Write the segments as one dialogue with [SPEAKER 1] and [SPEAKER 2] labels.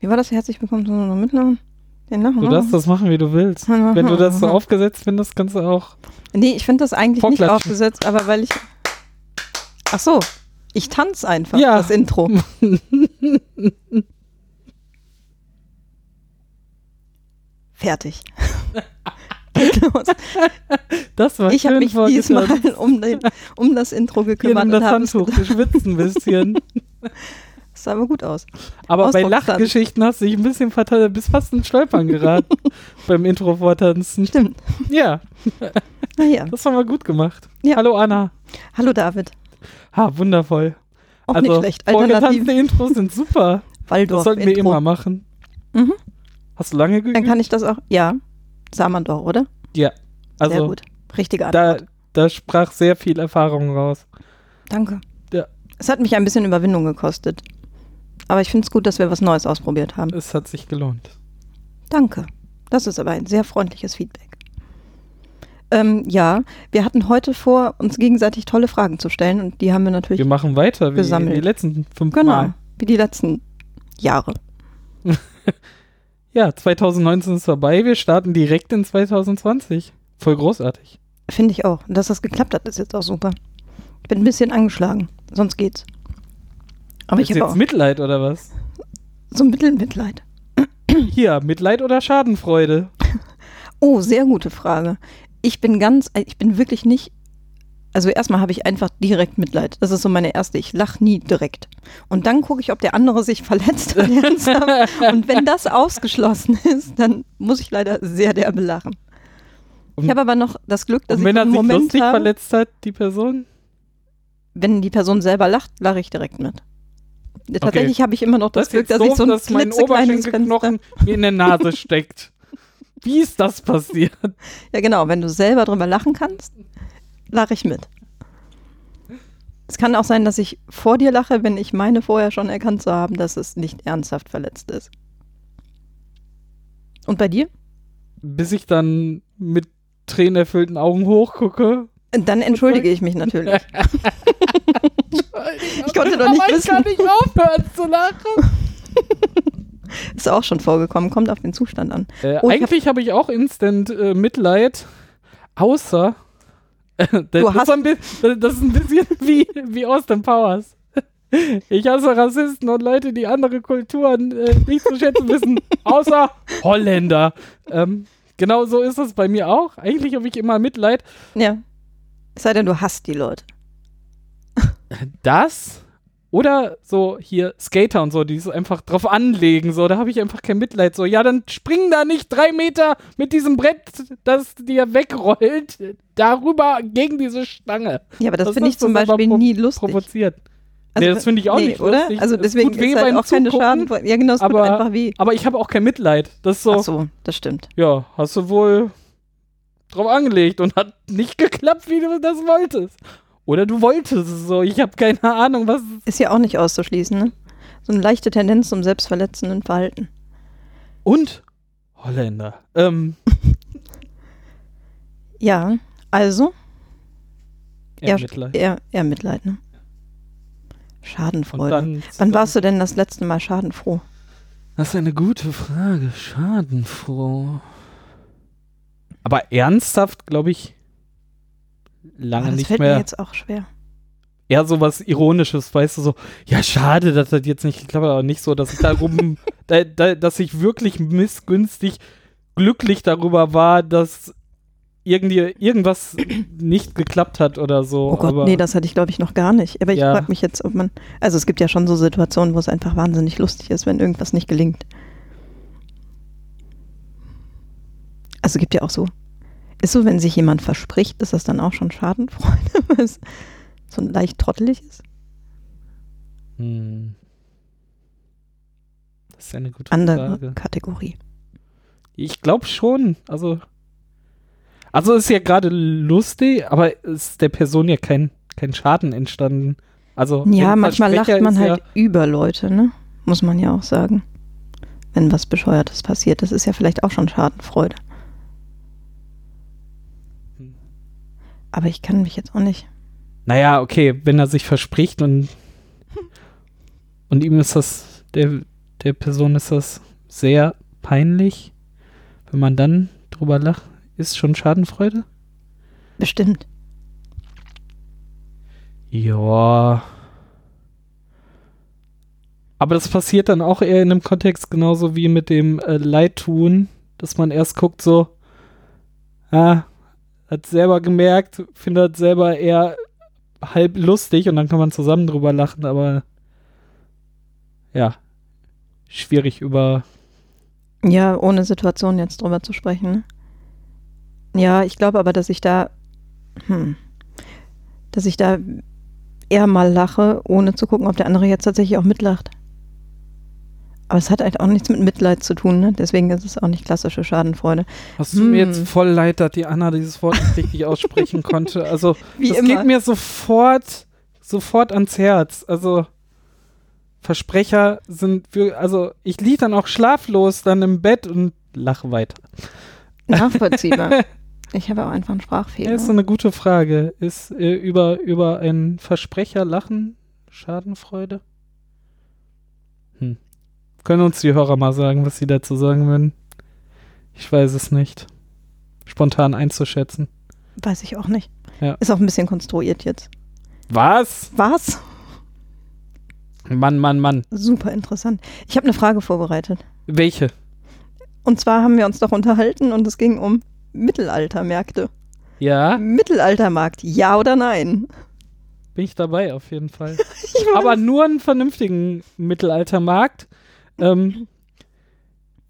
[SPEAKER 1] Wie war das? Herzlich willkommen zu einer Mitnahme. Den
[SPEAKER 2] Du darfst das machen, wie du willst.
[SPEAKER 1] Hm,
[SPEAKER 2] Wenn du das so aufgesetzt findest, kannst du auch.
[SPEAKER 1] Nee, ich finde das eigentlich nicht
[SPEAKER 2] Vorklatschen.
[SPEAKER 1] aufgesetzt, aber weil ich. Ach so, ich tanze einfach
[SPEAKER 2] Ja.
[SPEAKER 1] das Intro. Fertig. Geht los.
[SPEAKER 2] Das war
[SPEAKER 1] Ich habe
[SPEAKER 2] schön
[SPEAKER 1] mich
[SPEAKER 2] vorgestellt.
[SPEAKER 1] diesmal um, den, um das Intro
[SPEAKER 2] Hier
[SPEAKER 1] gekümmert
[SPEAKER 2] nimm das
[SPEAKER 1] und habe es
[SPEAKER 2] Handtuch, wir schwitzen ein bisschen.
[SPEAKER 1] Das sah aber gut aus.
[SPEAKER 2] Aber bei
[SPEAKER 1] Ausdruckstanz.
[SPEAKER 2] Lachgeschichten hast du dich ein bisschen vertan, bis fast in Stolpern geraten beim Intro vortanzen.
[SPEAKER 1] Stimmt.
[SPEAKER 2] Ja,
[SPEAKER 1] Naja.
[SPEAKER 2] das haben wir gut gemacht.
[SPEAKER 1] Ja.
[SPEAKER 2] Hallo Anna.
[SPEAKER 1] Hallo David.
[SPEAKER 2] Ha, wundervoll.
[SPEAKER 1] Auch
[SPEAKER 2] also
[SPEAKER 1] nicht schlecht. Alternativ
[SPEAKER 2] vorgetanzte Intros sind super. Das sollten wir immer
[SPEAKER 1] Waldorf-Intro.
[SPEAKER 2] machen.
[SPEAKER 1] Mhm.
[SPEAKER 2] Hast du lange
[SPEAKER 1] Dann
[SPEAKER 2] geübt?
[SPEAKER 1] kann ich das auch. Ja, sah man doch, oder?
[SPEAKER 2] Ja. Also
[SPEAKER 1] Sehr gut. Richtige
[SPEAKER 2] Da,
[SPEAKER 1] Antwort.
[SPEAKER 2] da sprach sehr viel Erfahrung raus.
[SPEAKER 1] Danke.
[SPEAKER 2] Ja.
[SPEAKER 1] Es hat mich ein bisschen Überwindung gekostet. Aber ich finde es gut, dass wir was Neues ausprobiert haben.
[SPEAKER 2] Es hat sich gelohnt.
[SPEAKER 1] Danke. Das ist aber ein sehr freundliches Feedback. Ähm, ja, wir hatten heute vor, uns gegenseitig tolle Fragen zu stellen und die haben wir natürlich
[SPEAKER 2] Wir machen weiter wie
[SPEAKER 1] gesammelt.
[SPEAKER 2] die letzten fünf
[SPEAKER 1] genau
[SPEAKER 2] Mal.
[SPEAKER 1] wie die letzten Jahre.
[SPEAKER 2] Ja, 2019 ist vorbei. Wir starten direkt in 2020. Voll großartig.
[SPEAKER 1] Finde ich auch. Und dass das geklappt hat, ist jetzt auch super. Ich bin ein bisschen angeschlagen, sonst geht's. Aber
[SPEAKER 2] Ist
[SPEAKER 1] ich habe
[SPEAKER 2] jetzt
[SPEAKER 1] auch
[SPEAKER 2] Mitleid oder was?
[SPEAKER 1] so ein bisschen Mitleid.
[SPEAKER 2] Hier, Mitleid oder Schadenfreude?
[SPEAKER 1] Oh, sehr gute Frage. Ich bin ganz, äh, ich bin wirklich nicht. Also erstmal habe ich einfach direkt Mitleid. Das ist so meine erste. Ich lache nie direkt. Und dann gucke ich, ob der andere sich verletzt hat. ernsthaft. und wenn das ausgeschlossen ist, dann muss ich leider sehr derbe lachen.
[SPEAKER 2] Und-
[SPEAKER 1] ich habe aber noch das Glück, dass
[SPEAKER 2] Und
[SPEAKER 1] ich
[SPEAKER 2] wenn er
[SPEAKER 1] einen
[SPEAKER 2] sich
[SPEAKER 1] Moment
[SPEAKER 2] lustig
[SPEAKER 1] habe,
[SPEAKER 2] verletzt hat, die Person?
[SPEAKER 1] wenn die Person selber lacht, lache ich direkt mit. Tatsächlich habe ich immer noch das,
[SPEAKER 2] ist
[SPEAKER 1] Glück,
[SPEAKER 2] jetzt
[SPEAKER 1] dass
[SPEAKER 2] doof,
[SPEAKER 1] ich so ein
[SPEAKER 2] dass mein
[SPEAKER 1] klitzekleines Fenster.
[SPEAKER 2] Oberschenkelknochen mir in der Nase steckt. Wie ist das passiert?
[SPEAKER 1] Ja, genau. Wenn du selber drüber lachen kannst, lache ich mit. Es kann auch sein, dass ich vor dir lache, wenn ich meine vorher schon erkannt zu haben, dass es nicht ernsthaft verletzt ist. Und bei dir?
[SPEAKER 2] Bis ich dann mit tränenerfüllten Augen hochgucke.
[SPEAKER 1] Dann entschuldige ich mich natürlich. Ich konnte doch nicht
[SPEAKER 2] Aber ich kann
[SPEAKER 1] wissen.
[SPEAKER 2] nicht aufhören zu lachen.
[SPEAKER 1] Ist auch schon vorgekommen. Kommt auf den Zustand an. Oh, ich
[SPEAKER 2] Äh,
[SPEAKER 1] hab-
[SPEAKER 2] eigentlich habe ich auch instant äh, Mitleid, außer das, ist
[SPEAKER 1] hast-
[SPEAKER 2] so ein bi- das- das ist ein bisschen wie, wie Austin Powers. Ich hasse Rassisten und Leute, die andere Kulturen äh, nicht zu schätzen wissen, außer Holländer. Ähm, genau so ist es bei mir auch. Eigentlich habe ich immer Mitleid.
[SPEAKER 1] Ja. Es sei denn, du hasst die Leute.
[SPEAKER 2] Das oder so hier Skater und so, die es einfach drauf anlegen, so, da habe ich einfach kein Mitleid. So, ja, dann spring da nicht drei Meter mit diesem Brett, das dir wegrollt, darüber gegen diese Stange.
[SPEAKER 1] Ja, aber das,
[SPEAKER 2] Das
[SPEAKER 1] finde
[SPEAKER 2] ist
[SPEAKER 1] ich zum
[SPEAKER 2] das aber
[SPEAKER 1] Beispiel
[SPEAKER 2] pro-
[SPEAKER 1] nie lustig. Also
[SPEAKER 2] Provoziert. nee, das finde ich auch
[SPEAKER 1] nee,
[SPEAKER 2] nicht
[SPEAKER 1] oder?
[SPEAKER 2] lustig.
[SPEAKER 1] Also
[SPEAKER 2] Es tut
[SPEAKER 1] deswegen
[SPEAKER 2] weh
[SPEAKER 1] ist halt
[SPEAKER 2] beim
[SPEAKER 1] auch keine
[SPEAKER 2] Zugucken,
[SPEAKER 1] Schaden. Ja, genau, es tut
[SPEAKER 2] aber-
[SPEAKER 1] einfach weh.
[SPEAKER 2] Aber ich habe auch kein Mitleid. Das ist so,
[SPEAKER 1] Ach so, das stimmt.
[SPEAKER 2] ja, hast du wohl drauf angelegt und hat nicht geklappt, wie du das wolltest. Oder du wolltest es so. Ich habe keine Ahnung, was
[SPEAKER 1] Ist ja auch nicht auszuschließen, ne? So eine leichte Tendenz zum selbstverletzenden Verhalten.
[SPEAKER 2] Und Holländer. Ähm,
[SPEAKER 1] Ja, also
[SPEAKER 2] eher
[SPEAKER 1] Ja,
[SPEAKER 2] Mitleid.
[SPEAKER 1] eher, eher Mitleid, ne?
[SPEAKER 2] Und
[SPEAKER 1] Schadenfreude.
[SPEAKER 2] dann,
[SPEAKER 1] Wann warst du denn das letzte Mal schadenfroh?
[SPEAKER 2] Das ist eine gute Frage. Schadenfroh. Aber ernsthaft, glaube ich,
[SPEAKER 1] Ah,
[SPEAKER 2] lange
[SPEAKER 1] das
[SPEAKER 2] nicht
[SPEAKER 1] fällt mir
[SPEAKER 2] mehr.
[SPEAKER 1] jetzt auch schwer.
[SPEAKER 2] Eher so was Ironisches, weißt du, so, ja, schade, dass das jetzt nicht geklappt hat, aber nicht so, dass ich darum, da, da, dass ich wirklich missgünstig glücklich darüber war, dass irgendwie irgendwas nicht geklappt hat oder so.
[SPEAKER 1] Oh Gott,
[SPEAKER 2] aber
[SPEAKER 1] nee, das hatte ich glaube ich noch gar nicht. Aber ich
[SPEAKER 2] Ja.
[SPEAKER 1] frage mich jetzt, ob man. Also es gibt ja schon so Situationen, wo es einfach wahnsinnig lustig ist, wenn irgendwas nicht gelingt. Also gibt ja auch so. Ist so, wenn sich jemand verspricht, ist das dann auch schon Schadenfreude, weil es so leicht trottelig ist?
[SPEAKER 2] Hm. Das ist eine gute
[SPEAKER 1] Andere
[SPEAKER 2] Frage.
[SPEAKER 1] Kategorie.
[SPEAKER 2] Ich glaube schon. Also, also ist ja gerade lustig, aber ist der Person ja kein, kein Schaden entstanden. Also
[SPEAKER 1] Ja,
[SPEAKER 2] wenn
[SPEAKER 1] manchmal lacht
[SPEAKER 2] Versprecher
[SPEAKER 1] man
[SPEAKER 2] ist
[SPEAKER 1] halt über Leute, ne? Muss man ja auch sagen. Wenn was Bescheuertes passiert, das ist ja vielleicht auch schon Schadenfreude.
[SPEAKER 2] Hm.
[SPEAKER 1] Aber ich kann mich jetzt auch nicht.
[SPEAKER 2] Ja, naja, okay, wenn er sich verspricht und und ihm ist das der der Person ist das sehr peinlich. Wenn man dann drüber lacht, ist schon Schadenfreude?
[SPEAKER 1] Bestimmt.
[SPEAKER 2] Ja. Aber das passiert dann auch eher in einem Kontext genauso wie mit dem äh, Leid tun, dass man erst guckt so, ah, hat selber gemerkt, findet selber eher halb lustig und dann kann man zusammen drüber lachen, aber ja, schwierig über
[SPEAKER 1] Ja, ohne Situation jetzt drüber zu sprechen. ne? Ja, ich glaube aber, dass ich da, hm, dass ich da eher mal lache, ohne zu gucken, ob der andere jetzt tatsächlich auch mitlacht. Aber es hat halt auch nichts mit Mitleid zu tun, ne? deswegen ist es auch nicht klassische Schadenfreude.
[SPEAKER 2] Hast du mir
[SPEAKER 1] Hm.
[SPEAKER 2] jetzt voll leid, dass die Anna dieses Wort nicht richtig aussprechen konnte. Also,
[SPEAKER 1] Wie
[SPEAKER 2] das
[SPEAKER 1] immer.
[SPEAKER 2] geht mir sofort, sofort ans Herz. Also, Versprecher sind, wir, also, ich lieg dann auch schlaflos dann im Bett und lach weiter.
[SPEAKER 1] Nachvollziehbar. ich habe auch einfach einen
[SPEAKER 2] Ja.
[SPEAKER 1] Sprachfehler.
[SPEAKER 2] Ist so eine gute Frage. Ist äh, über, über einen Versprecher lachen Schadenfreude? Hm. Können uns die Hörer mal sagen, was sie dazu sagen würden? Ich weiß es nicht. Spontan einzuschätzen.
[SPEAKER 1] Weiß ich auch nicht.
[SPEAKER 2] Ja.
[SPEAKER 1] Ist auch ein bisschen konstruiert jetzt.
[SPEAKER 2] Was?
[SPEAKER 1] Was?
[SPEAKER 2] Mann, Mann, Mann.
[SPEAKER 1] Super interessant. Ich habe eine Frage vorbereitet.
[SPEAKER 2] Welche?
[SPEAKER 1] Und zwar haben wir uns doch unterhalten und es ging um Mittelaltermärkte.
[SPEAKER 2] Ja,
[SPEAKER 1] Mittelaltermarkt, ja oder nein?
[SPEAKER 2] bin ich dabei auf jeden Fall.
[SPEAKER 1] Ich weiß.
[SPEAKER 2] Aber nur einen vernünftigen Mittelaltermarkt. Ähm,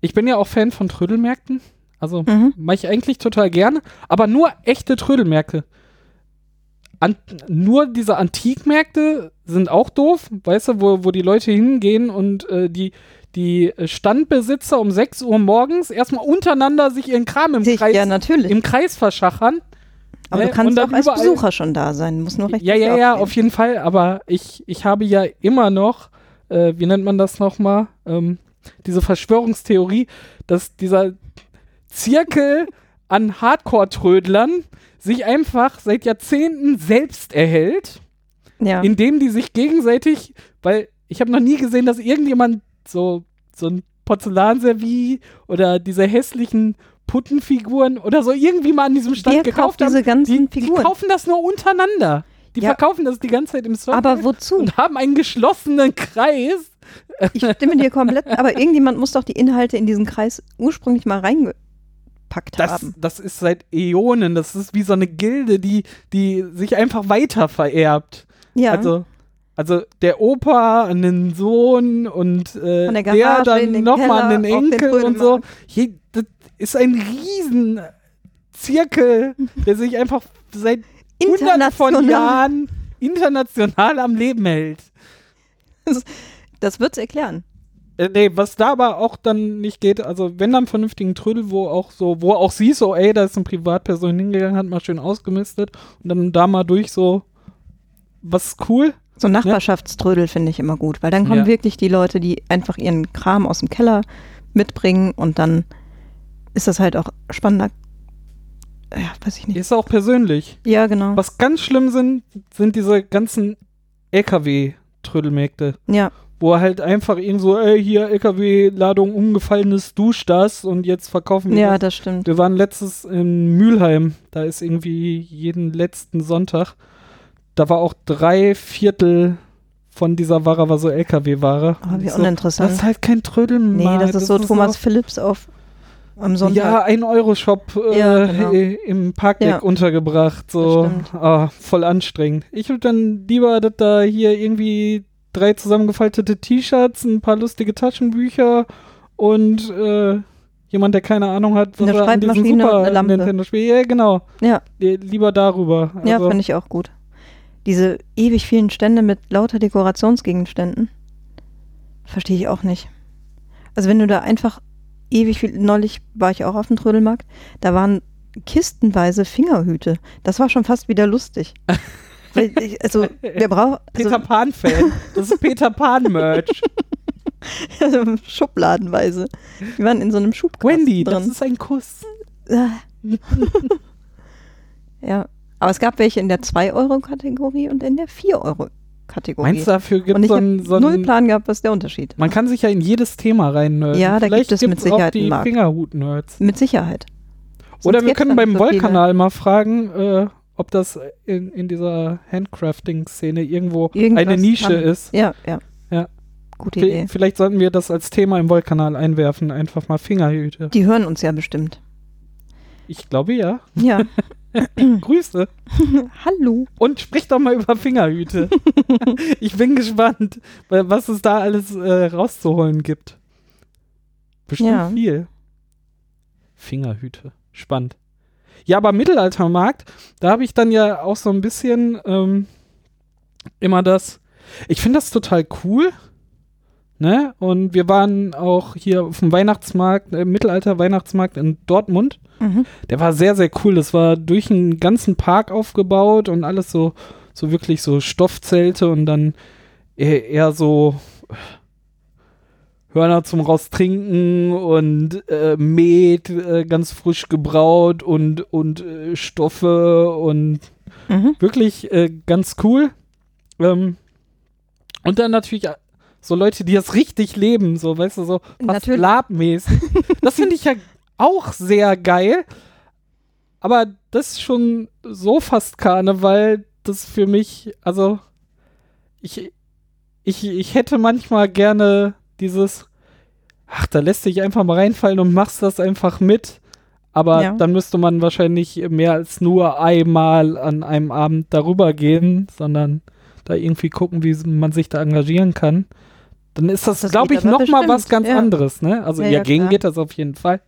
[SPEAKER 2] ich bin ja auch Fan von Trödelmärkten. Also
[SPEAKER 1] Mhm.
[SPEAKER 2] mache ich eigentlich total gerne, aber nur echte Trödelmärkte. An, nur diese Antikmärkte sind auch doof, weißt du, wo, wo die Leute hingehen und äh, die, die Standbesitzer um 6 Uhr morgens erstmal untereinander sich ihren Kram im
[SPEAKER 1] Sich-
[SPEAKER 2] Kreis,
[SPEAKER 1] Ja, natürlich.
[SPEAKER 2] im Kreis verschachern.
[SPEAKER 1] Aber du
[SPEAKER 2] ne?
[SPEAKER 1] kannst
[SPEAKER 2] Und
[SPEAKER 1] auch
[SPEAKER 2] dann
[SPEAKER 1] als
[SPEAKER 2] überall-
[SPEAKER 1] Besucher schon da sein, muss nur recht
[SPEAKER 2] Ja, ja, ja, auf
[SPEAKER 1] jeden
[SPEAKER 2] jeden Fall. Aber ich, ich habe ja immer noch, äh, wie nennt man das nochmal, ähm, diese Verschwörungstheorie, dass dieser Zirkel an Hardcore-Trödlern sich einfach seit Jahrzehnten selbst erhält,
[SPEAKER 1] Fall. Ja.
[SPEAKER 2] indem die sich gegenseitig, weil ich habe noch nie gesehen, dass irgendjemand so, so ein Porzellanservie oder diese hässlichen Puttenfiguren oder so irgendwie mal an diesem Stand
[SPEAKER 1] Wer
[SPEAKER 2] gekauft
[SPEAKER 1] kauft
[SPEAKER 2] haben.
[SPEAKER 1] diese ganzen
[SPEAKER 2] Die, die
[SPEAKER 1] Figuren?
[SPEAKER 2] kaufen das nur untereinander. Die
[SPEAKER 1] Ja.
[SPEAKER 2] verkaufen das die ganze Zeit im Circle
[SPEAKER 1] aber wozu?
[SPEAKER 2] und haben einen geschlossenen Kreis.
[SPEAKER 1] Ich stimme dir komplett, aber irgendjemand muss doch die Inhalte in diesen Kreis ursprünglich mal reingepackt
[SPEAKER 2] Das,
[SPEAKER 1] haben.
[SPEAKER 2] das ist seit Äonen. Das ist wie so eine Gilde, die, die sich einfach weiter vererbt.
[SPEAKER 1] Ja,
[SPEAKER 2] Also, also der Opa an den Sohn und äh,
[SPEAKER 1] Von der Garage
[SPEAKER 2] der
[SPEAKER 1] in
[SPEAKER 2] dann
[SPEAKER 1] den
[SPEAKER 2] nochmal an den
[SPEAKER 1] Keller, auf den
[SPEAKER 2] Enkel und so.
[SPEAKER 1] Trödelmarkt.
[SPEAKER 2] Hier, das ist ein riesen Zirkel, der sich einfach seit hunderten von
[SPEAKER 1] international.
[SPEAKER 2] Jahren international am Leben hält.
[SPEAKER 1] Das wird's erklären.
[SPEAKER 2] Äh, nee, was da aber auch dann nicht geht, also wenn dann vernünftigen Trödel, wo auch so, wo auch siehst, so, ey, da ist eine Privatperson hingegangen, hat mal schön ausgemistet und dann da mal durch so, was ist cool?
[SPEAKER 1] So Nachbarschaftströdel finde ich immer gut, weil dann kommen
[SPEAKER 2] Ja.
[SPEAKER 1] wirklich die Leute, die einfach ihren Kram aus dem Keller mitbringen und dann ist das halt auch spannender. Ja, weiß ich nicht.
[SPEAKER 2] Ist auch persönlich.
[SPEAKER 1] Ja, genau.
[SPEAKER 2] Was ganz schlimm sind, sind diese ganzen LKW-Trödelmärkte,
[SPEAKER 1] Ja,
[SPEAKER 2] wo halt einfach irgend so, ey, hier LKW-Ladung umgefallenes, dusch das und jetzt verkaufen wir
[SPEAKER 1] ja,
[SPEAKER 2] das.
[SPEAKER 1] das stimmt.
[SPEAKER 2] Wir waren letztes in Mülheim. Da ist irgendwie jeden letzten Sonntag. Da war auch drei Viertel von dieser Ware war so LKW-Ware.
[SPEAKER 1] Aber
[SPEAKER 2] Und
[SPEAKER 1] Oh, wie
[SPEAKER 2] ich so,
[SPEAKER 1] uninteressant.
[SPEAKER 2] das ist halt kein
[SPEAKER 1] nee,
[SPEAKER 2] Trödelmarkt.
[SPEAKER 1] das ist so Thomas
[SPEAKER 2] auch-
[SPEAKER 1] Phillips auf am
[SPEAKER 2] Ja,
[SPEAKER 1] Sonntag.
[SPEAKER 2] ein Euro-Shop äh,
[SPEAKER 1] Ja, genau.
[SPEAKER 2] äh, im Parkdeck
[SPEAKER 1] Ja.
[SPEAKER 2] untergebracht. So
[SPEAKER 1] Das stimmt.
[SPEAKER 2] ah, voll anstrengend. Ich würde dann lieber, dass da hier irgendwie drei zusammengefaltete T-Shirts, ein paar lustige Taschenbücher und äh, jemand, der keine Ahnung hat,
[SPEAKER 1] Eine
[SPEAKER 2] er an diesem
[SPEAKER 1] Schreibmaschine und
[SPEAKER 2] Super
[SPEAKER 1] eine Lampe.
[SPEAKER 2] Nintendo-Spiel. Ja, genau.
[SPEAKER 1] Ja, ja,
[SPEAKER 2] Nee, lieber darüber. Also,
[SPEAKER 1] finde ich auch gut. Diese ewig vielen Stände mit lauter Dekorationsgegenständen verstehe ich auch nicht. Also wenn du da einfach ewig viel, neulich war ich auch auf dem Trödelmarkt, da waren kistenweise Fingerhüte. Das war schon fast wieder lustig. Weil ich- also, wir brauchen
[SPEAKER 2] Peter
[SPEAKER 1] also,
[SPEAKER 2] Pan-Fan. Das ist Peter Pan-Merch.
[SPEAKER 1] also schubladenweise. Wir waren in so einem Schubkasten
[SPEAKER 2] Wendy,
[SPEAKER 1] drin. Ah.
[SPEAKER 2] das ist ein Kuss.
[SPEAKER 1] ja, aber es gab welche in der 2-Euro-Kategorie und in der 4-Euro-Kategorie. Kategorie.
[SPEAKER 2] Meinst du, dafür gibt
[SPEAKER 1] Und
[SPEAKER 2] es
[SPEAKER 1] ich
[SPEAKER 2] so
[SPEAKER 1] habe
[SPEAKER 2] einen. So
[SPEAKER 1] null
[SPEAKER 2] einen
[SPEAKER 1] Plan gehabt, was der Unterschied
[SPEAKER 2] man kann sich ja in jedes Thema reinnerden.
[SPEAKER 1] Ja, da
[SPEAKER 2] Vielleicht
[SPEAKER 1] gibt es mit
[SPEAKER 2] gibt's auch
[SPEAKER 1] Sicherheit einen
[SPEAKER 2] die
[SPEAKER 1] Markt.
[SPEAKER 2] Fingerhut-Nerds.
[SPEAKER 1] Mit Sicherheit. Sonst
[SPEAKER 2] Oder wir
[SPEAKER 1] gäb's
[SPEAKER 2] können
[SPEAKER 1] da
[SPEAKER 2] beim
[SPEAKER 1] nicht so viele.
[SPEAKER 2] Wollkanal mal fragen, äh, ob das in, in dieser Handcrafting-Szene irgendwo
[SPEAKER 1] Irgendwas
[SPEAKER 2] eine Nische
[SPEAKER 1] kann-
[SPEAKER 2] ist.
[SPEAKER 1] Ja, ja.
[SPEAKER 2] Ja.
[SPEAKER 1] Gute Idee.
[SPEAKER 2] V- Vielleicht sollten wir das als Thema im Wollkanal einwerfen. Einfach mal Fingerhüte.
[SPEAKER 1] Die hören uns ja bestimmt.
[SPEAKER 2] Ich glaube ja.
[SPEAKER 1] Ja. Hm.
[SPEAKER 2] Grüße.
[SPEAKER 1] Hallo.
[SPEAKER 2] Und sprich doch mal über Fingerhüte. ich bin gespannt, wa- was es da alles äh, rauszuholen gibt. Bestimmt
[SPEAKER 1] Ja.
[SPEAKER 2] viel. Fingerhüte. Spannend. Ja, aber Mittelaltermarkt, da habe ich dann ja auch so ein bisschen ähm, immer das. Ich finde das total cool. Ne? Und wir waren auch hier auf dem Weihnachtsmarkt, äh, Mittelalter-Weihnachtsmarkt in Dortmund.
[SPEAKER 1] Mhm.
[SPEAKER 2] Der war sehr, sehr cool. Das war durch einen ganzen Park aufgebaut und alles so, so wirklich so Stoffzelte und dann eher, eher so äh, Hörner zum Raustrinken und äh, Met äh, ganz frisch gebraut und, und äh, Stoffe und
[SPEAKER 1] Mhm.
[SPEAKER 2] wirklich äh, ganz cool. Ähm, und dann natürlich äh, so Leute, die das richtig leben, so, weißt du, so fast
[SPEAKER 1] Natürlich.
[SPEAKER 2] labmäßig. Das finde ich ja auch sehr geil. Aber das ist schon so fast Karneval, das für mich, also ich, ich, ich hätte manchmal gerne dieses, ach, da lässt dich einfach mal reinfallen und machst das einfach mit. Aber
[SPEAKER 1] Ja.
[SPEAKER 2] dann müsste man wahrscheinlich mehr als nur einmal an einem Abend darüber gehen, sondern da irgendwie gucken, wie man sich da engagieren kann. Dann ist das,
[SPEAKER 1] Das
[SPEAKER 2] glaube
[SPEAKER 1] geht
[SPEAKER 2] ich,
[SPEAKER 1] aber
[SPEAKER 2] noch mal
[SPEAKER 1] bestimmt,
[SPEAKER 2] was ganz
[SPEAKER 1] ja.
[SPEAKER 2] anderes. Ne? Also
[SPEAKER 1] Ja,
[SPEAKER 2] ja,
[SPEAKER 1] ja,
[SPEAKER 2] gegen
[SPEAKER 1] klar.
[SPEAKER 2] geht das auf jeden Fall.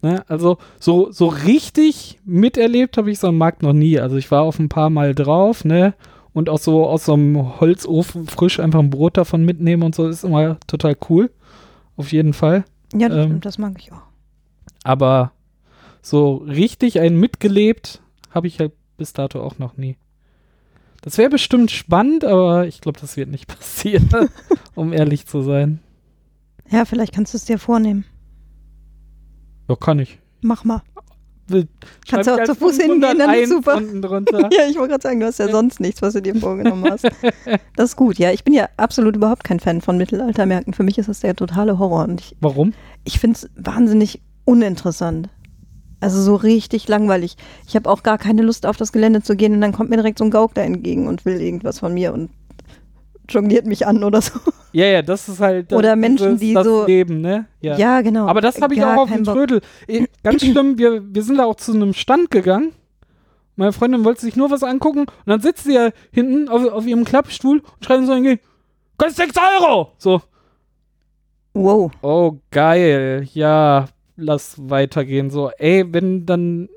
[SPEAKER 2] Ne? Also so, so richtig miterlebt habe ich so einen Markt noch nie. Also ich war auf ein paar Mal drauf, ne? Und auch so aus so einem Holzofen frisch einfach ein Brot davon mitnehmen und so ist immer total cool. Auf jeden Fall.
[SPEAKER 1] Ja, das
[SPEAKER 2] Ähm.
[SPEAKER 1] stimmt, das mag ich auch.
[SPEAKER 2] Aber so richtig ein mitgelebt habe ich halt bis dato auch noch nie. Das wäre bestimmt spannend, aber ich glaube, das wird nicht passieren, um ehrlich zu sein.
[SPEAKER 1] Ja, vielleicht kannst du es dir vornehmen.
[SPEAKER 2] Ja, kann ich.
[SPEAKER 1] Mach mal.
[SPEAKER 2] Will-
[SPEAKER 1] Kannst
[SPEAKER 2] schreib
[SPEAKER 1] du auch
[SPEAKER 2] ich
[SPEAKER 1] zu
[SPEAKER 2] als
[SPEAKER 1] Fuß hingehen, dann ist
[SPEAKER 2] 501
[SPEAKER 1] super.
[SPEAKER 2] Unten drunter.
[SPEAKER 1] Ja, ich wollte gerade sagen, du hast ja sonst nichts, was du dir vorgenommen hast. Das ist gut, ja. Ich bin ja absolut überhaupt kein Fan von Mittelaltermärkten. Für mich ist das der totale Horror und ich,
[SPEAKER 2] Warum?
[SPEAKER 1] ich finde es wahnsinnig uninteressant. Also so richtig langweilig. Ich habe auch gar keine Lust auf das Gelände zu gehen und dann kommt mir direkt so ein Gauk da entgegen und will irgendwas von mir und jongliert mich an oder so.
[SPEAKER 2] Ja, ja, das ist halt das,
[SPEAKER 1] Oder Menschen,
[SPEAKER 2] dieses-
[SPEAKER 1] die
[SPEAKER 2] das
[SPEAKER 1] so-
[SPEAKER 2] Leben, ne?
[SPEAKER 1] Ja, genau.
[SPEAKER 2] Aber das habe ich
[SPEAKER 1] Gar
[SPEAKER 2] auch auf
[SPEAKER 1] keinen
[SPEAKER 2] dem
[SPEAKER 1] Bock.
[SPEAKER 2] Trödel. Eh, Ganz schlimm, wir, wir sind da auch zu einem Stand gegangen. Meine Freundin wollte sich nur was angucken und dann sitzt sie ja hinten auf, auf ihrem Klappstuhl und schreit so entgegen, kostet 6 Euro! So,
[SPEAKER 1] Wow.
[SPEAKER 2] oh geil, ja, lass weitergehen. So, ey, wenn dann,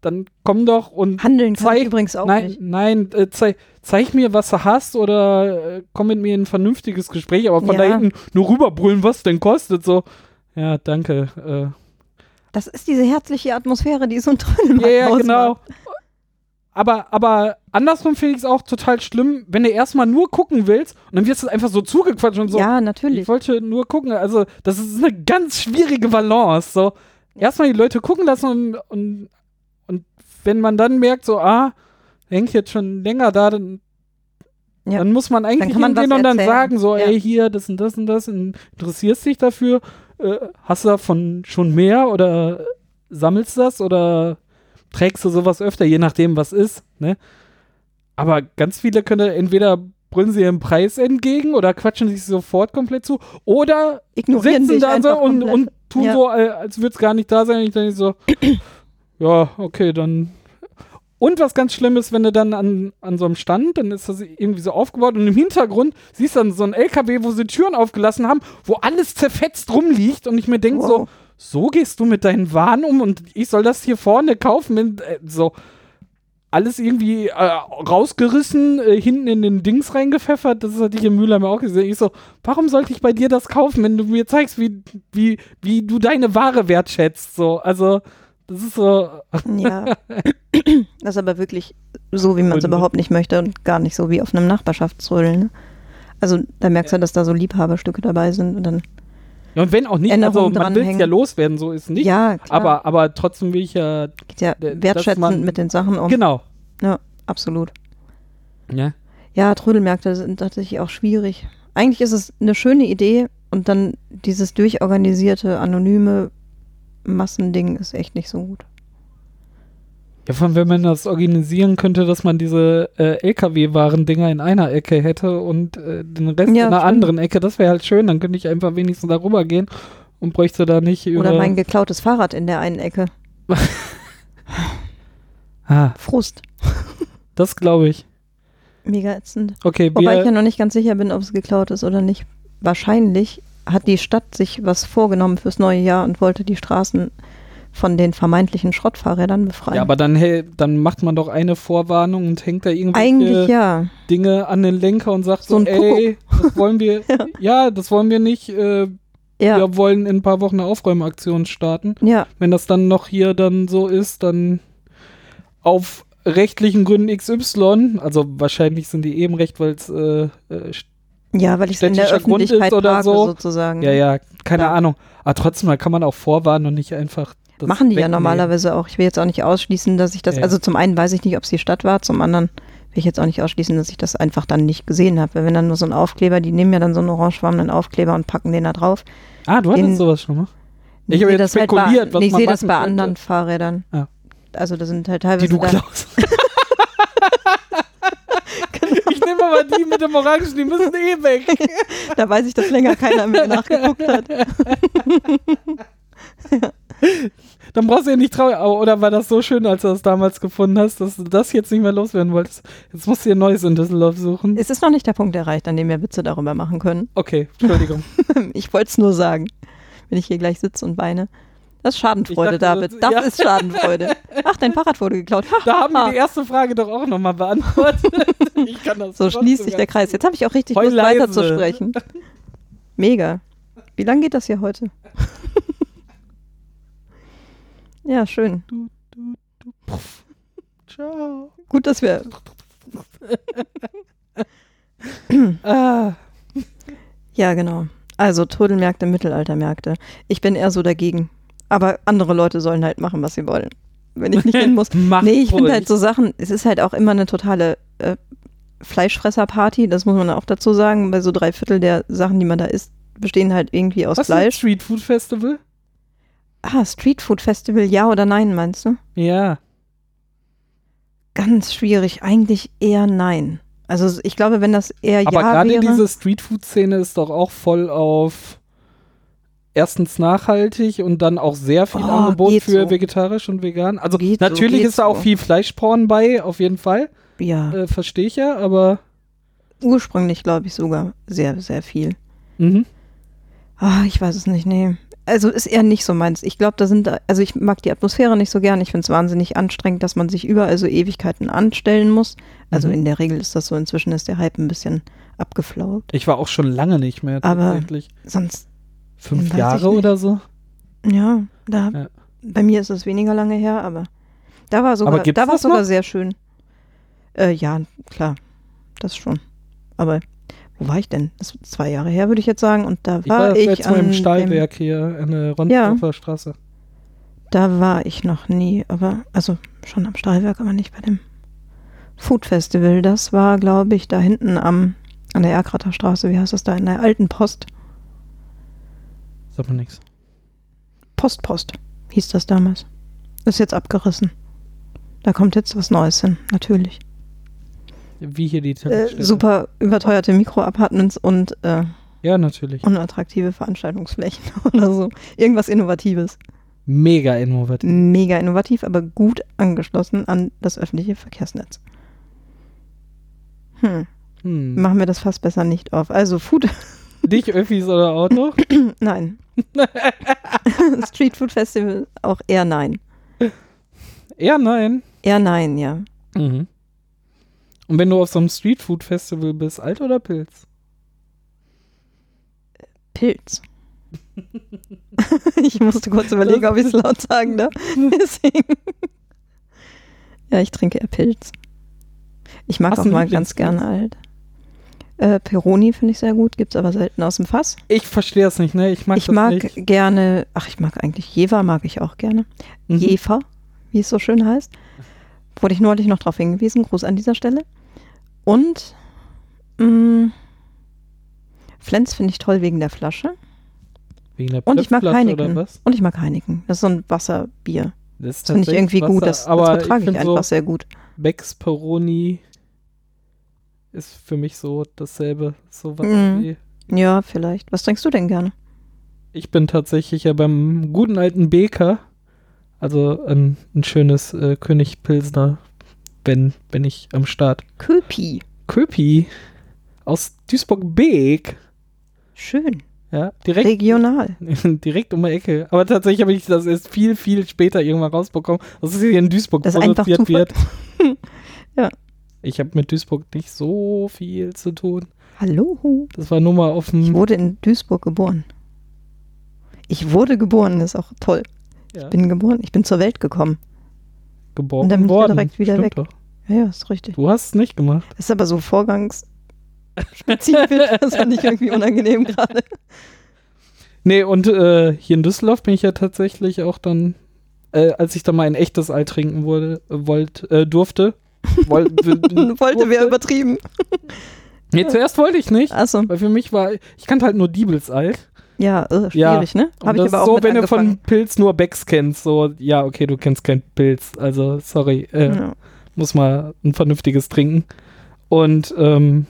[SPEAKER 2] dann komm doch und
[SPEAKER 1] Handeln kann ich
[SPEAKER 2] Zeig-
[SPEAKER 1] übrigens auch
[SPEAKER 2] nein,
[SPEAKER 1] nicht.
[SPEAKER 2] nein, äh, zei zeig mir, was du hast oder äh, komm mit mir in ein vernünftiges Gespräch, aber von
[SPEAKER 1] Ja.
[SPEAKER 2] da hinten nur rüberbrüllen, was denn kostet, so. Ja, danke.
[SPEAKER 1] Das ist diese herzliche Atmosphäre, die so ein
[SPEAKER 2] Äh, ja,
[SPEAKER 1] Trödelmarkt
[SPEAKER 2] ja,
[SPEAKER 1] ausmacht.
[SPEAKER 2] genau. Aber, aber andersrum finde ich es auch total schlimm, wenn du erstmal nur gucken willst und dann wirst du einfach so zugequatscht und so.
[SPEAKER 1] Ja, natürlich.
[SPEAKER 2] ich wollte nur gucken. Also, das ist eine ganz schwierige Balance. So, erstmal die Leute gucken lassen und, und, und wenn man dann merkt, so, ah, hängt jetzt schon länger da, dann,
[SPEAKER 1] Ja.
[SPEAKER 2] dann muss man eigentlich
[SPEAKER 1] kann man
[SPEAKER 2] hingehen
[SPEAKER 1] was
[SPEAKER 2] und dann
[SPEAKER 1] erzählen.
[SPEAKER 2] sagen, so,
[SPEAKER 1] Ja.
[SPEAKER 2] ey, hier, das und das und das, und interessierst dich dafür, äh, hast du davon schon mehr oder sammelst das oder trägst du sowas öfter, je nachdem, was ist, ne? Aber ganz viele können entweder brüllen sie ihren Preis entgegen oder quatschen sich sofort komplett zu oder
[SPEAKER 1] Ignorieren
[SPEAKER 2] sitzen
[SPEAKER 1] dich
[SPEAKER 2] da so
[SPEAKER 1] einfach
[SPEAKER 2] und,
[SPEAKER 1] komplett.
[SPEAKER 2] und tun
[SPEAKER 1] Ja.
[SPEAKER 2] so, äh, als würde es gar nicht da sein. Und ich denke so, ja, okay, dann. Und was ganz schlimm ist, wenn du dann an, an so einem Stand, dann ist das irgendwie so aufgebaut und im Hintergrund siehst du dann so einen LKW, wo sie Türen aufgelassen haben, wo alles zerfetzt rumliegt und ich mir denke so,
[SPEAKER 1] Wow.
[SPEAKER 2] so gehst du mit deinen Waren um und ich soll das hier vorne kaufen, wenn äh, so alles irgendwie äh, rausgerissen, äh, hinten in den Dings reingepfeffert. Das hatte ich im Mühlheim auch gesehen. Ich so, warum sollte ich bei dir das kaufen, wenn du mir zeigst, wie, wie, wie du deine Ware wertschätzt? So, also, das ist so,
[SPEAKER 1] Ja. Das ist aber wirklich so, wie man es
[SPEAKER 2] Und-
[SPEAKER 1] überhaupt nicht möchte und gar nicht so wie auf einem Nachbarschaftsrödel. Ne? Also da merkst du, dass da so Liebhaberstücke dabei sind und dann.
[SPEAKER 2] ja, und wenn auch nicht, also
[SPEAKER 1] Änderungen
[SPEAKER 2] man will es
[SPEAKER 1] dranhängen.
[SPEAKER 2] ja loswerden, so ist nicht.
[SPEAKER 1] ja, klar,
[SPEAKER 2] aber, aber trotzdem will ich ja, genau.
[SPEAKER 1] geht ja
[SPEAKER 2] dass
[SPEAKER 1] wertschätzend
[SPEAKER 2] man-
[SPEAKER 1] mit den Sachen um.
[SPEAKER 2] genau.
[SPEAKER 1] Ja, absolut.
[SPEAKER 2] Ja.
[SPEAKER 1] Ja, Trödelmärkte sind tatsächlich auch schwierig. Eigentlich ist es eine schöne Idee und dann dieses durchorganisierte, anonyme Massending ist echt nicht so gut.
[SPEAKER 2] Ja, vor allem, wenn man das organisieren könnte, dass man diese äh, LKW-Waren-Dinger in einer Ecke hätte und äh, den Rest
[SPEAKER 1] Ja,
[SPEAKER 2] in einer
[SPEAKER 1] stimmt.
[SPEAKER 2] anderen Ecke, das wäre halt schön. Dann könnte ich einfach wenigstens darüber gehen und bräuchte da nicht über.
[SPEAKER 1] Oder mein geklautes Fahrrad in der einen Ecke.
[SPEAKER 2] ah,
[SPEAKER 1] Frust.
[SPEAKER 2] das glaube ich.
[SPEAKER 1] Mega ätzend.
[SPEAKER 2] Okay,
[SPEAKER 1] Wobei ich ja
[SPEAKER 2] wir,
[SPEAKER 1] noch nicht ganz sicher bin, ob es geklaut ist oder nicht. Wahrscheinlich hat die Stadt sich was vorgenommen fürs neue Jahr und wollte die Straßen von den vermeintlichen Schrottfahrrädern befreien.
[SPEAKER 2] ja, aber dann, hey, dann macht man doch eine Vorwarnung und hängt da irgendwelche
[SPEAKER 1] Eigentlich ja.
[SPEAKER 2] Dinge an den Lenker und sagt
[SPEAKER 1] So
[SPEAKER 2] so,
[SPEAKER 1] ein
[SPEAKER 2] ey, das wollen wir, ja. das wollen wir nicht. Äh,
[SPEAKER 1] Ja. ja.
[SPEAKER 2] Wir wollen in ein paar Wochen eine Aufräumaktion starten. Wenn das dann noch hier dann so ist, dann auf rechtlichen Gründen XY, also wahrscheinlich sind die eben recht, weil es, äh, äh, st-
[SPEAKER 1] Ja, weil ich es in der
[SPEAKER 2] Städtischer Grund ist
[SPEAKER 1] Öffentlichkeit
[SPEAKER 2] oder
[SPEAKER 1] trage
[SPEAKER 2] so.
[SPEAKER 1] sozusagen.
[SPEAKER 2] ja, Mhm. ja, keine
[SPEAKER 1] Ja.
[SPEAKER 2] Ahnung. Aber trotzdem, da kann man auch vorwarnen und nicht einfach. das
[SPEAKER 1] Machen die ja
[SPEAKER 2] wegnehmen.
[SPEAKER 1] normalerweise auch. Ich will jetzt auch nicht ausschließen, dass ich das,
[SPEAKER 2] Ja.
[SPEAKER 1] also zum einen weiß ich nicht, ob es die Stadt war, zum anderen will ich jetzt auch nicht ausschließen, dass ich das einfach dann nicht gesehen habe. Weil Wenn dann nur so ein Aufkleber, die nehmen ja dann so einen orangefarbenen Aufkleber und packen den da drauf.
[SPEAKER 2] Ah, du
[SPEAKER 1] in-
[SPEAKER 2] hattest sowas schon mal. Ich habe
[SPEAKER 1] seh
[SPEAKER 2] jetzt
[SPEAKER 1] halt
[SPEAKER 2] spekuliert,
[SPEAKER 1] bei,
[SPEAKER 2] was
[SPEAKER 1] Ich
[SPEAKER 2] man
[SPEAKER 1] sehe das bei
[SPEAKER 2] machen könnte.
[SPEAKER 1] anderen Fahrrädern.
[SPEAKER 2] Ja.
[SPEAKER 1] Also da sind halt teilweise
[SPEAKER 2] Die du
[SPEAKER 1] da,
[SPEAKER 2] klaust. Ich nehme aber die mit dem Orangen, die müssen eh weg.
[SPEAKER 1] da weiß ich, dass länger keiner mehr nachgeguckt hat.
[SPEAKER 2] Dann brauchst du ja nicht traurig. aber- Oder war das so schön, als du das damals gefunden hast, dass du das jetzt nicht mehr loswerden wolltest? Jetzt musst du dir ein neues in Düsseldorf suchen.
[SPEAKER 1] Es ist noch nicht der Punkt erreicht, an dem wir Witze darüber machen können.
[SPEAKER 2] Okay, Entschuldigung.
[SPEAKER 1] Ich wollte es nur sagen, wenn ich hier gleich sitze und weine. Das ist Schadenfreude,
[SPEAKER 2] Ich dachte,
[SPEAKER 1] David.
[SPEAKER 2] das-
[SPEAKER 1] Das
[SPEAKER 2] ja.
[SPEAKER 1] ist Schadenfreude. Ach, dein Fahrrad wurde geklaut. Ha,
[SPEAKER 2] Da haben
[SPEAKER 1] ha, ha.
[SPEAKER 2] wir die erste Frage doch auch nochmal beantwortet. Ich kann das
[SPEAKER 1] So
[SPEAKER 2] trotzdem
[SPEAKER 1] schließt sich der
[SPEAKER 2] gar nicht.
[SPEAKER 1] Kreis. Jetzt habe ich auch richtig
[SPEAKER 2] Heul
[SPEAKER 1] Lust,
[SPEAKER 2] leise.
[SPEAKER 1] weiterzusprechen. Mega. Wie lange geht das hier heute? ja, schön.
[SPEAKER 2] Ciao.
[SPEAKER 1] Gut, dass wir.
[SPEAKER 2] Ah,
[SPEAKER 1] Ja, genau. Also Trödelmärkte, Mittelaltermärkte. Ich bin eher so dagegen. Aber andere Leute sollen halt machen, was sie wollen. Wenn ich nicht hin muss.
[SPEAKER 2] mach
[SPEAKER 1] nee, ich finde
[SPEAKER 2] ruhig.
[SPEAKER 1] halt so Sachen, es ist halt auch immer eine totale äh, Fleischfresserparty, das muss man auch dazu sagen, weil so drei Viertel der Sachen, die man da isst, bestehen halt irgendwie aus
[SPEAKER 2] Was ist ein
[SPEAKER 1] Fleisch.
[SPEAKER 2] Street Food Festival?
[SPEAKER 1] Ah, Streetfood Festival, ja oder nein, meinst du?
[SPEAKER 2] Ja.
[SPEAKER 1] Ganz schwierig, eigentlich eher nein. Also ich glaube, wenn das eher
[SPEAKER 2] Aber
[SPEAKER 1] Äh, ja
[SPEAKER 2] gerade
[SPEAKER 1] wäre,
[SPEAKER 2] diese Street Food Szene ist doch auch voll auf erstens nachhaltig und dann auch sehr viel
[SPEAKER 1] Oh,
[SPEAKER 2] Angebot
[SPEAKER 1] geht
[SPEAKER 2] für
[SPEAKER 1] so.
[SPEAKER 2] vegetarisch und vegan. Also
[SPEAKER 1] Geht so,
[SPEAKER 2] natürlich
[SPEAKER 1] geht
[SPEAKER 2] ist da auch
[SPEAKER 1] so.
[SPEAKER 2] viel Fleischporn bei, auf jeden Fall.
[SPEAKER 1] ja,
[SPEAKER 2] Äh, Verstehe ich ja, aber
[SPEAKER 1] ursprünglich glaube ich sogar sehr, sehr viel.
[SPEAKER 2] mhm.
[SPEAKER 1] Ah, ich weiß es nicht, nee. Also ist eher nicht so meins. Ich glaube, da sind, also ich mag die Atmosphäre nicht so gern. Ich finde es wahnsinnig anstrengend, dass man sich überall so Ewigkeiten anstellen muss. Also
[SPEAKER 2] Mhm.
[SPEAKER 1] in der Regel ist das so. Inzwischen ist der Hype ein bisschen abgeflaut.
[SPEAKER 2] ich war auch schon lange nicht mehr
[SPEAKER 1] Aber-
[SPEAKER 2] tatsächlich.
[SPEAKER 1] Sonst, Weiß
[SPEAKER 2] Fünf
[SPEAKER 1] ich
[SPEAKER 2] Jahre
[SPEAKER 1] nicht.
[SPEAKER 2] oder so.
[SPEAKER 1] ja, da,
[SPEAKER 2] Ja.
[SPEAKER 1] bei mir ist es weniger lange her, aber da war sogar,
[SPEAKER 2] Aber gibt's
[SPEAKER 1] da war
[SPEAKER 2] das
[SPEAKER 1] sogar
[SPEAKER 2] noch?
[SPEAKER 1] sehr schön. Äh, ja, klar, das schon. Aber wo war ich denn? Das ist zwei Jahre her, würde ich jetzt sagen. Und da
[SPEAKER 2] Ich war
[SPEAKER 1] war ich,
[SPEAKER 2] jetzt mal
[SPEAKER 1] an
[SPEAKER 2] im
[SPEAKER 1] dem-
[SPEAKER 2] Stahlwerk hier an der Ronsdorfer Straße.
[SPEAKER 1] Da war ich noch nie, aber also schon am Stahlwerk, aber nicht bei dem Food Festival. Das war, glaube ich, da hinten am an der Erkrater Straße, wie heißt das da, in der alten Post,
[SPEAKER 2] Sagt man nichts.
[SPEAKER 1] Postpost hieß das damals. Ist jetzt abgerissen. Da kommt jetzt was Neues hin, natürlich.
[SPEAKER 2] Wie hier die
[SPEAKER 1] Äh,
[SPEAKER 2] Tankstelle.
[SPEAKER 1] super überteuerte Mikroapartments und äh,
[SPEAKER 2] Ja, natürlich.
[SPEAKER 1] unattraktive Veranstaltungsflächen oder so. Irgendwas Innovatives.
[SPEAKER 2] Mega innovativ.
[SPEAKER 1] Mega innovativ, aber gut angeschlossen an das öffentliche Verkehrsnetz. Hm.
[SPEAKER 2] Hm.
[SPEAKER 1] Machen wir das fast besser nicht auf. Also Food,
[SPEAKER 2] Dich, Öffis oder Auto?
[SPEAKER 1] nein. Street Food Festival auch eher nein.
[SPEAKER 2] ja, nein.
[SPEAKER 1] Eher nein, ja.
[SPEAKER 2] Mhm. Und wenn du auf so einem Streetfood-Festival bist, alt oder Pilz?
[SPEAKER 1] Pilz. ich musste kurz überlegen, ob ich es laut sagen darf. Deswegen. ja, ich trinke eher Pilz. Ich mag
[SPEAKER 2] Hast
[SPEAKER 1] auch
[SPEAKER 2] du einen
[SPEAKER 1] mal ganz
[SPEAKER 2] Lieblingspilz?
[SPEAKER 1] gerne alt. Äh, Peroni finde ich sehr gut, gibt es aber selten aus dem Fass.
[SPEAKER 2] Ich verstehe das nicht, ne? Ich mag
[SPEAKER 1] ich
[SPEAKER 2] das
[SPEAKER 1] mag
[SPEAKER 2] nicht.
[SPEAKER 1] gerne, ach, ich mag eigentlich Jever, mag ich auch gerne.
[SPEAKER 2] Mhm.
[SPEAKER 1] Jefer, wie es so schön heißt. Wurde ich neulich noch darauf hingewiesen. Gruß an dieser Stelle. Und Mm. Flens finde ich toll wegen der Flasche.
[SPEAKER 2] Wegen der
[SPEAKER 1] Und ich mag
[SPEAKER 2] Plötzplatte
[SPEAKER 1] Heineken.
[SPEAKER 2] Oder was?
[SPEAKER 1] Und ich mag Heineken. Das ist so ein Wasserbier.
[SPEAKER 2] Das, ist
[SPEAKER 1] Das finde ich irgendwie
[SPEAKER 2] tatsächlich
[SPEAKER 1] gut.
[SPEAKER 2] Wasser,
[SPEAKER 1] Das, das
[SPEAKER 2] aber
[SPEAKER 1] vertrage ich,
[SPEAKER 2] find
[SPEAKER 1] einfach
[SPEAKER 2] So,
[SPEAKER 1] sehr gut.
[SPEAKER 2] Becks Peroni ist für mich so dasselbe. So was
[SPEAKER 1] Mhm.
[SPEAKER 2] wie.
[SPEAKER 1] Ja, vielleicht. Was trinkst du denn gerne?
[SPEAKER 2] Ich bin tatsächlich ja beim guten alten Beker. Also ein, ein schönes äh, König Pilsner, wenn, wenn ich am Start.
[SPEAKER 1] Köpi.
[SPEAKER 2] Köpi aus Duisburg-Beek.
[SPEAKER 1] Schön.
[SPEAKER 2] Ja, direkt
[SPEAKER 1] Regional.
[SPEAKER 2] Direkt um die Ecke. Aber tatsächlich habe ich das erst viel, viel später irgendwann rausbekommen, dass es hier in Duisburg
[SPEAKER 1] Das ist einfach Zufall.
[SPEAKER 2] produziert wird.
[SPEAKER 1] Ja.
[SPEAKER 2] Ich habe mit Duisburg nicht so viel zu tun.
[SPEAKER 1] Hallo.
[SPEAKER 2] Das war nur mal auf
[SPEAKER 1] Ich
[SPEAKER 2] dem.
[SPEAKER 1] wurde in Duisburg geboren. Ich wurde geboren, ist auch toll.
[SPEAKER 2] Ja,
[SPEAKER 1] Bin geboren. Ich bin zur Welt gekommen.
[SPEAKER 2] geboren
[SPEAKER 1] und dann bin ich ja
[SPEAKER 2] worden.
[SPEAKER 1] direkt wieder
[SPEAKER 2] Stimmt
[SPEAKER 1] weg.
[SPEAKER 2] Doch.
[SPEAKER 1] Ja, ja, ist richtig.
[SPEAKER 2] Du hast es nicht gemacht.
[SPEAKER 1] Das ist aber so vorgangsspezifisch. Das fand ich irgendwie unangenehm gerade.
[SPEAKER 2] Nee, und äh, hier in Düsseldorf bin ich ja tatsächlich auch dann, äh, als ich da mal ein echtes Ei trinken wurde, äh, wollt, äh, durfte. Woll,
[SPEAKER 1] Wollte, Ah. wäre
[SPEAKER 2] durfte.
[SPEAKER 1] übertrieben.
[SPEAKER 2] Nee, zuerst wollte ich nicht.
[SPEAKER 1] Achso.
[SPEAKER 2] Weil für mich war, ich kannte halt nur Diebelsei.
[SPEAKER 1] Ja, irre,
[SPEAKER 2] Ja.
[SPEAKER 1] schwierig, ne?
[SPEAKER 2] Und
[SPEAKER 1] Habe ich
[SPEAKER 2] das
[SPEAKER 1] aber
[SPEAKER 2] ist
[SPEAKER 1] auch
[SPEAKER 2] so,
[SPEAKER 1] mit
[SPEAKER 2] wenn du
[SPEAKER 1] angefangen.
[SPEAKER 2] von Pilz nur Becks kennst, so, ja, okay, du kennst keinen Pilz, also sorry, äh,
[SPEAKER 1] ja.
[SPEAKER 2] muss mal ein vernünftiges trinken. Und ähm,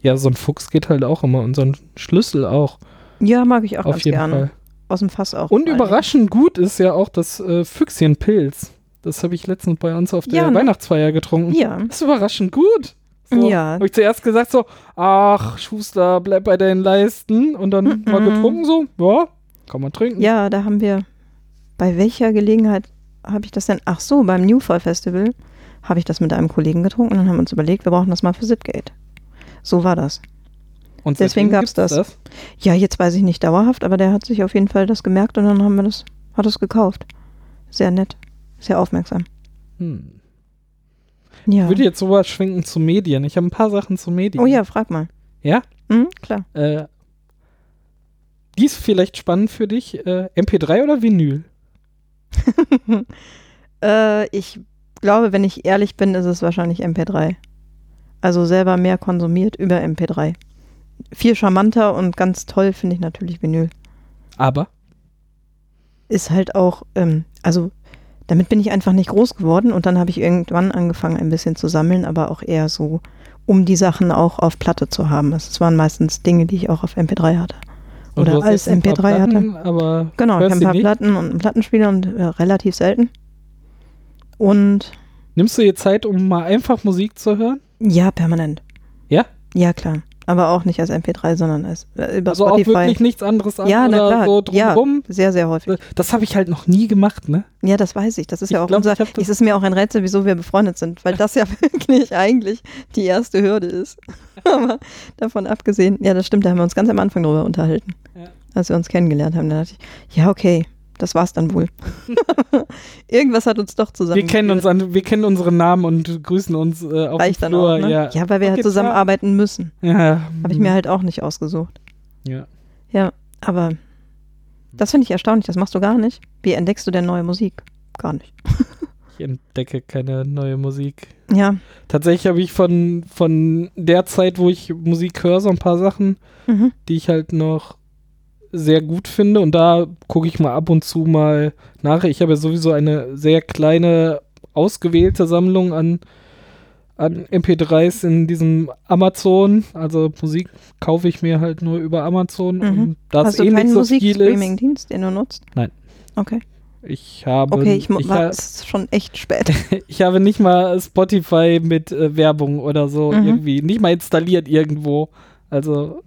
[SPEAKER 2] ja, so ein Fuchs geht halt auch immer und so ein Schlüssel auch,
[SPEAKER 1] ja, mag ich auch
[SPEAKER 2] auf
[SPEAKER 1] ganz
[SPEAKER 2] jeden
[SPEAKER 1] gerne.
[SPEAKER 2] Fall.
[SPEAKER 1] Aus dem Fass auch.
[SPEAKER 2] Und
[SPEAKER 1] vor allem.
[SPEAKER 2] überraschend gut ist ja auch das äh, Füchschen Pilz. Das habe ich letztens bei uns auf der
[SPEAKER 1] Ja, ne?
[SPEAKER 2] Weihnachtsfeier getrunken.
[SPEAKER 1] Ja.
[SPEAKER 2] Das ist überraschend gut. So,
[SPEAKER 1] Ja.
[SPEAKER 2] Habe ich zuerst gesagt so, ach, Schuster, bleib bei deinen Leisten. Und dann
[SPEAKER 1] Mhm.
[SPEAKER 2] mal getrunken so, ja, kann man trinken.
[SPEAKER 1] ja, da haben wir. Bei welcher Gelegenheit habe ich das denn? Ach so, beim Newfall Festival habe ich das mit einem Kollegen getrunken und dann haben wir uns überlegt, wir brauchen das mal für Zipgate. So war das.
[SPEAKER 2] Und
[SPEAKER 1] Deswegen
[SPEAKER 2] seitdem
[SPEAKER 1] gab's
[SPEAKER 2] gibt's
[SPEAKER 1] das. Ja, jetzt weiß ich nicht dauerhaft, aber der hat sich auf jeden Fall das gemerkt und dann haben wir das, hat es gekauft. Sehr nett, sehr aufmerksam.
[SPEAKER 2] Hm.
[SPEAKER 1] Ja.
[SPEAKER 2] Würde jetzt sowas schwenken zu Medien. Ich habe ein paar Sachen zu Medien.
[SPEAKER 1] Oh ja, frag mal.
[SPEAKER 2] Ja?
[SPEAKER 1] Hm, klar.
[SPEAKER 2] Äh, die ist vielleicht spannend für dich. Äh, MP3 oder Vinyl?
[SPEAKER 1] Äh, ich glaube, wenn ich ehrlich bin, ist es wahrscheinlich MP3. Also selber mehr konsumiert über MP3. Viel charmanter und ganz toll finde ich natürlich Vinyl.
[SPEAKER 2] Aber.
[SPEAKER 1] Ist halt auch, ähm, also damit bin ich einfach nicht groß geworden und dann habe ich irgendwann angefangen, ein bisschen zu sammeln, aber auch eher so, um die Sachen auch auf Platte zu haben. Also Es waren meistens Dinge, die ich auch auf MP3 hatte.
[SPEAKER 2] Und
[SPEAKER 1] Oder
[SPEAKER 2] du hast
[SPEAKER 1] als
[SPEAKER 2] jetzt ein paar
[SPEAKER 1] MP3 hatte.
[SPEAKER 2] Platten, Aber
[SPEAKER 1] Genau, ich habe
[SPEAKER 2] hörst
[SPEAKER 1] ein
[SPEAKER 2] sie
[SPEAKER 1] paar
[SPEAKER 2] nicht.
[SPEAKER 1] Platten und einen Plattenspieler und äh, relativ selten. Und
[SPEAKER 2] Nimmst du dir Zeit, um mal einfach Musik zu hören?
[SPEAKER 1] ja, permanent.
[SPEAKER 2] Ja?
[SPEAKER 1] Ja, klar. Aber auch nicht als MP3, sondern als äh, über
[SPEAKER 2] Also auch
[SPEAKER 1] Spotify.
[SPEAKER 2] wirklich nichts anderes an
[SPEAKER 1] ja, na
[SPEAKER 2] oder
[SPEAKER 1] klar.
[SPEAKER 2] so
[SPEAKER 1] ja,
[SPEAKER 2] drumherum.
[SPEAKER 1] sehr, sehr häufig.
[SPEAKER 2] Das habe ich halt noch nie gemacht, ne?
[SPEAKER 1] Ja, das weiß ich. Das ist
[SPEAKER 2] Ich
[SPEAKER 1] ja auch
[SPEAKER 2] glaub,
[SPEAKER 1] unser.
[SPEAKER 2] ich hab das-
[SPEAKER 1] es ist mir auch ein Rätsel, wieso wir befreundet sind, weil das ja wirklich eigentlich die erste Hürde ist. Aber davon abgesehen, ja, das stimmt, da haben wir uns ganz am Anfang drüber unterhalten.
[SPEAKER 2] Ja.
[SPEAKER 1] Als wir uns kennengelernt haben, da dachte ich, ja, okay, das war's dann wohl. Irgendwas hat uns doch zusammen.
[SPEAKER 2] Wir kennen uns an, wir kennen unsere Namen und grüßen uns äh, auf
[SPEAKER 1] Reicht
[SPEAKER 2] dem
[SPEAKER 1] dann
[SPEAKER 2] Flur.
[SPEAKER 1] auch, ne?
[SPEAKER 2] ja. Mhm.
[SPEAKER 1] ja, weil wir
[SPEAKER 2] Okay,
[SPEAKER 1] halt zusammenarbeiten müssen.
[SPEAKER 2] Ja.
[SPEAKER 1] Habe ich mir halt auch nicht ausgesucht.
[SPEAKER 2] Ja.
[SPEAKER 1] Ja, aber das finde ich erstaunlich, das machst du gar nicht. Wie entdeckst du denn neue Musik? Gar nicht.
[SPEAKER 2] Ich entdecke keine neue Musik.
[SPEAKER 1] Ja.
[SPEAKER 2] Tatsächlich habe ich von, von der Zeit, wo ich Musik höre, so ein paar Sachen,
[SPEAKER 1] Mhm.
[SPEAKER 2] die ich halt noch sehr gut finde. Und da gucke ich mal ab und zu mal nach. Ich habe ja sowieso eine sehr kleine, ausgewählte Sammlung an, an MP3s in diesem Amazon. Also Musik kaufe ich mir halt nur über Amazon.
[SPEAKER 1] Mhm.
[SPEAKER 2] Und da es
[SPEAKER 1] Hast
[SPEAKER 2] eh
[SPEAKER 1] du
[SPEAKER 2] nicht
[SPEAKER 1] keinen
[SPEAKER 2] so viel ist.
[SPEAKER 1] Musikstreaming-Dienst, den du nutzt?
[SPEAKER 2] Nein.
[SPEAKER 1] Okay.
[SPEAKER 2] Ich habe,
[SPEAKER 1] Okay, ich, mu-
[SPEAKER 2] ich,
[SPEAKER 1] war,
[SPEAKER 2] ha-
[SPEAKER 1] es ist schon echt spät.
[SPEAKER 2] ich habe nicht mal Spotify mit äh, Werbung oder so
[SPEAKER 1] Mhm.
[SPEAKER 2] irgendwie, nicht mal installiert irgendwo. Also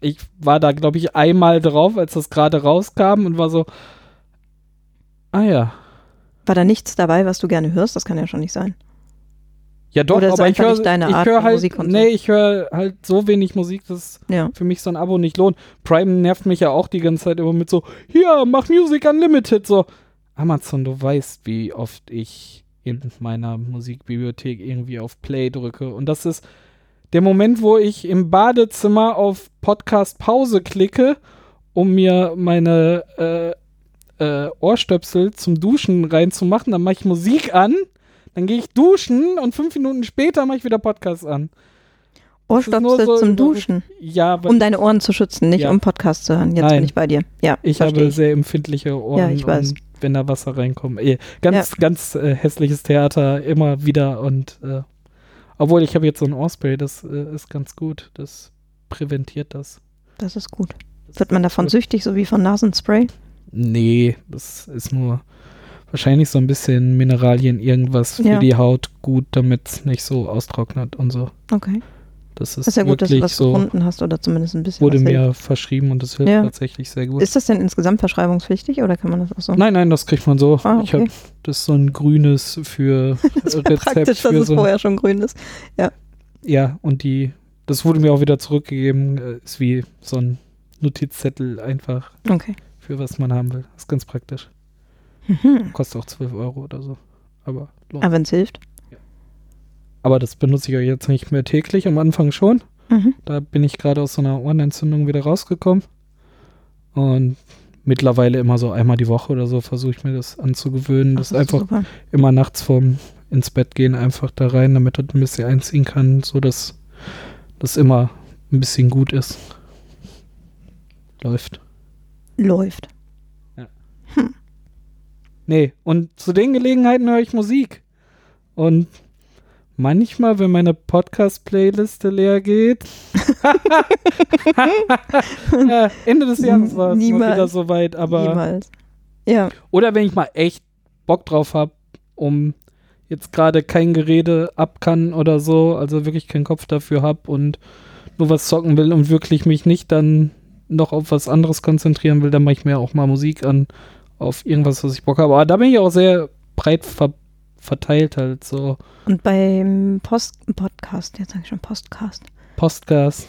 [SPEAKER 2] ich war da, glaube ich, einmal drauf, als das gerade rauskam und war so, ah ja.
[SPEAKER 1] War da nichts dabei, was du gerne hörst? Das kann ja schon nicht sein.
[SPEAKER 2] Ja doch,
[SPEAKER 1] Oder ist
[SPEAKER 2] aber ich
[SPEAKER 1] einfach
[SPEAKER 2] höre
[SPEAKER 1] nicht deine
[SPEAKER 2] ich
[SPEAKER 1] Art
[SPEAKER 2] höre
[SPEAKER 1] von
[SPEAKER 2] halt,
[SPEAKER 1] Musikkonsum?
[SPEAKER 2] nee, ich höre halt so wenig Musik, dass
[SPEAKER 1] Ja.
[SPEAKER 2] für mich so ein Abo nicht lohnt. Prime nervt mich ja auch die ganze Zeit immer mit so, hier, mach Music Unlimited, so. Amazon, du weißt, wie oft ich in meiner Musikbibliothek irgendwie auf Play drücke. Und das ist der Moment, wo ich im Badezimmer auf Podcast Pause klicke, um mir meine äh, äh, Ohrstöpsel zum Duschen reinzumachen. Dann mache ich Musik an, dann gehe ich duschen und fünf Minuten später mache ich wieder Podcast an.
[SPEAKER 1] Oh, Ohrstöpsel
[SPEAKER 2] so
[SPEAKER 1] zum
[SPEAKER 2] über-
[SPEAKER 1] Duschen.
[SPEAKER 2] Ja, weil
[SPEAKER 1] Um deine Ohren zu schützen, nicht
[SPEAKER 2] Ja.
[SPEAKER 1] um Podcast zu hören. Jetzt
[SPEAKER 2] Nein.
[SPEAKER 1] bin ich bei dir. Ja,
[SPEAKER 2] ich
[SPEAKER 1] verstehe
[SPEAKER 2] habe sehr empfindliche Ohren.
[SPEAKER 1] Ja, ich weiß.
[SPEAKER 2] Und wenn da Wasser reinkommt. eh, Ganz, ganz äh, hässliches Theater immer wieder und äh, obwohl ich habe jetzt so ein Ohrspray, das äh, ist ganz gut. Das präventiert das.
[SPEAKER 1] Das ist gut.
[SPEAKER 2] das
[SPEAKER 1] Wird man davon
[SPEAKER 2] das-
[SPEAKER 1] süchtig, so wie von Nasenspray?
[SPEAKER 2] Nee, das ist nur wahrscheinlich so ein bisschen Mineralien, irgendwas für
[SPEAKER 1] Ja.
[SPEAKER 2] die Haut gut, damit es nicht so austrocknet und so.
[SPEAKER 1] Okay.
[SPEAKER 2] Das
[SPEAKER 1] Das
[SPEAKER 2] ist,
[SPEAKER 1] ist ja gut, dass du
[SPEAKER 2] wirklich
[SPEAKER 1] was
[SPEAKER 2] so,
[SPEAKER 1] gefunden hast oder zumindest ein bisschen.
[SPEAKER 2] wurde
[SPEAKER 1] was
[SPEAKER 2] mir verschrieben und das hilft
[SPEAKER 1] Ja.
[SPEAKER 2] tatsächlich sehr
[SPEAKER 1] hilft.
[SPEAKER 2] gut.
[SPEAKER 1] Ist das denn insgesamt verschreibungspflichtig oder kann man das auch so?
[SPEAKER 2] nein, nein, das kriegt man so.
[SPEAKER 1] Oh. Ah,
[SPEAKER 2] Ich hab,
[SPEAKER 1] okay.
[SPEAKER 2] das ist so ein grünes für
[SPEAKER 1] Das wäre
[SPEAKER 2] Rezept
[SPEAKER 1] praktisch, dass
[SPEAKER 2] für
[SPEAKER 1] es
[SPEAKER 2] so ein-
[SPEAKER 1] vorher schon grün ist.
[SPEAKER 2] Ja, und die, das wurde mir auch wieder zurückgegeben, äh, ist wie so ein Notizzettel einfach
[SPEAKER 1] Okay.
[SPEAKER 2] für was man haben will. Ist ganz praktisch.
[SPEAKER 1] Mhm.
[SPEAKER 2] Kostet auch 12 Euro oder so. Aber lohnt
[SPEAKER 1] Aber wenn es hilft.
[SPEAKER 2] Aber das benutze ich ja jetzt nicht mehr täglich, am Anfang schon.
[SPEAKER 1] Mhm.
[SPEAKER 2] Da bin ich gerade aus so einer Ohrenentzündung wieder rausgekommen. Und mittlerweile immer so einmal die Woche oder so versuche ich mir das anzugewöhnen. Das,
[SPEAKER 1] Ach, ist
[SPEAKER 2] einfach
[SPEAKER 1] Super.
[SPEAKER 2] immer nachts vorm ins Bett gehen einfach da rein, damit das ein bisschen einziehen kann, sodass das immer ein bisschen gut ist. Läuft.
[SPEAKER 1] Läuft.
[SPEAKER 2] Nee, und zu den Gelegenheiten höre ich Musik. Und manchmal, wenn meine Podcast-Playliste leer geht, äh, Ende des Jahres war es mal
[SPEAKER 1] Niemals.
[SPEAKER 2] wieder soweit, aber
[SPEAKER 1] Niemals. Ja.
[SPEAKER 2] oder wenn ich mal echt Bock drauf habe, um jetzt gerade kein Gerede ab kann oder so, also wirklich keinen Kopf dafür habe und nur was zocken will und wirklich mich nicht dann noch auf was anderes konzentrieren will, dann mache ich mir auch mal Musik an, auf irgendwas, was ich Bock habe. Aber da bin ich auch sehr breit ver verteilt halt, so
[SPEAKER 1] Und beim Post Podcast, jetzt sage ich schon Podcast.
[SPEAKER 2] Postgas.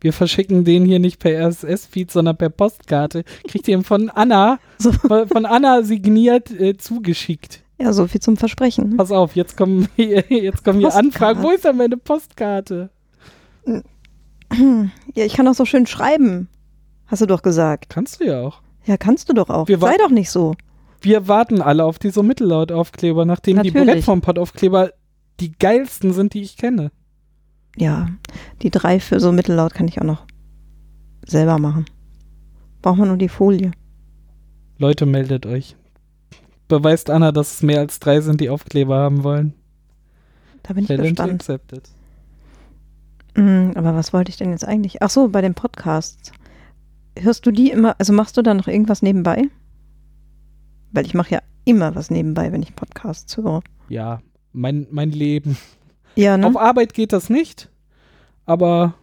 [SPEAKER 2] Wir verschicken den hier nicht per RSS-Feed, sondern per Postkarte. Kriegt ihr ihn von Anna,
[SPEAKER 1] So.
[SPEAKER 2] von von Anna signiert äh, zugeschickt.
[SPEAKER 1] Ja, so viel zum Versprechen. ne?
[SPEAKER 2] Pass auf, jetzt kommen, hier- jetzt kommen hier
[SPEAKER 1] Postkarte.
[SPEAKER 2] Anfragen. Wo ist denn meine Postkarte? Also
[SPEAKER 1] Ja, ich kann auch so schön schreiben. Hast du doch gesagt.
[SPEAKER 2] Kannst du ja auch.
[SPEAKER 1] Ja, kannst du doch auch.
[SPEAKER 2] Wir wa-
[SPEAKER 1] Sei doch nicht so.
[SPEAKER 2] Wir warten alle auf diese Mittellautaufkleber, nachdem die
[SPEAKER 1] Natürlich.
[SPEAKER 2] Brett vom Pottaufkleber die geilsten sind, die ich kenne.
[SPEAKER 1] Ja, die drei für so mittellaut kann ich auch noch selber machen. Braucht man nur die Folie.
[SPEAKER 2] Leute, meldet euch. Beweist Anna, dass es mehr als drei sind, die Aufkleber haben wollen.
[SPEAKER 1] Da bin ich
[SPEAKER 2] Challenge
[SPEAKER 1] gespannt.
[SPEAKER 2] accepted.
[SPEAKER 1] Mm, aber was wollte ich denn jetzt eigentlich? Ach so, bei den Podcasts. Hörst du die immer, also machst du da noch irgendwas nebenbei? Weil ich mache ja immer was nebenbei, wenn ich Podcasts höre.
[SPEAKER 2] Ja, mein, mein Leben.
[SPEAKER 1] Ja, ne?
[SPEAKER 2] Auf Arbeit geht das nicht, aber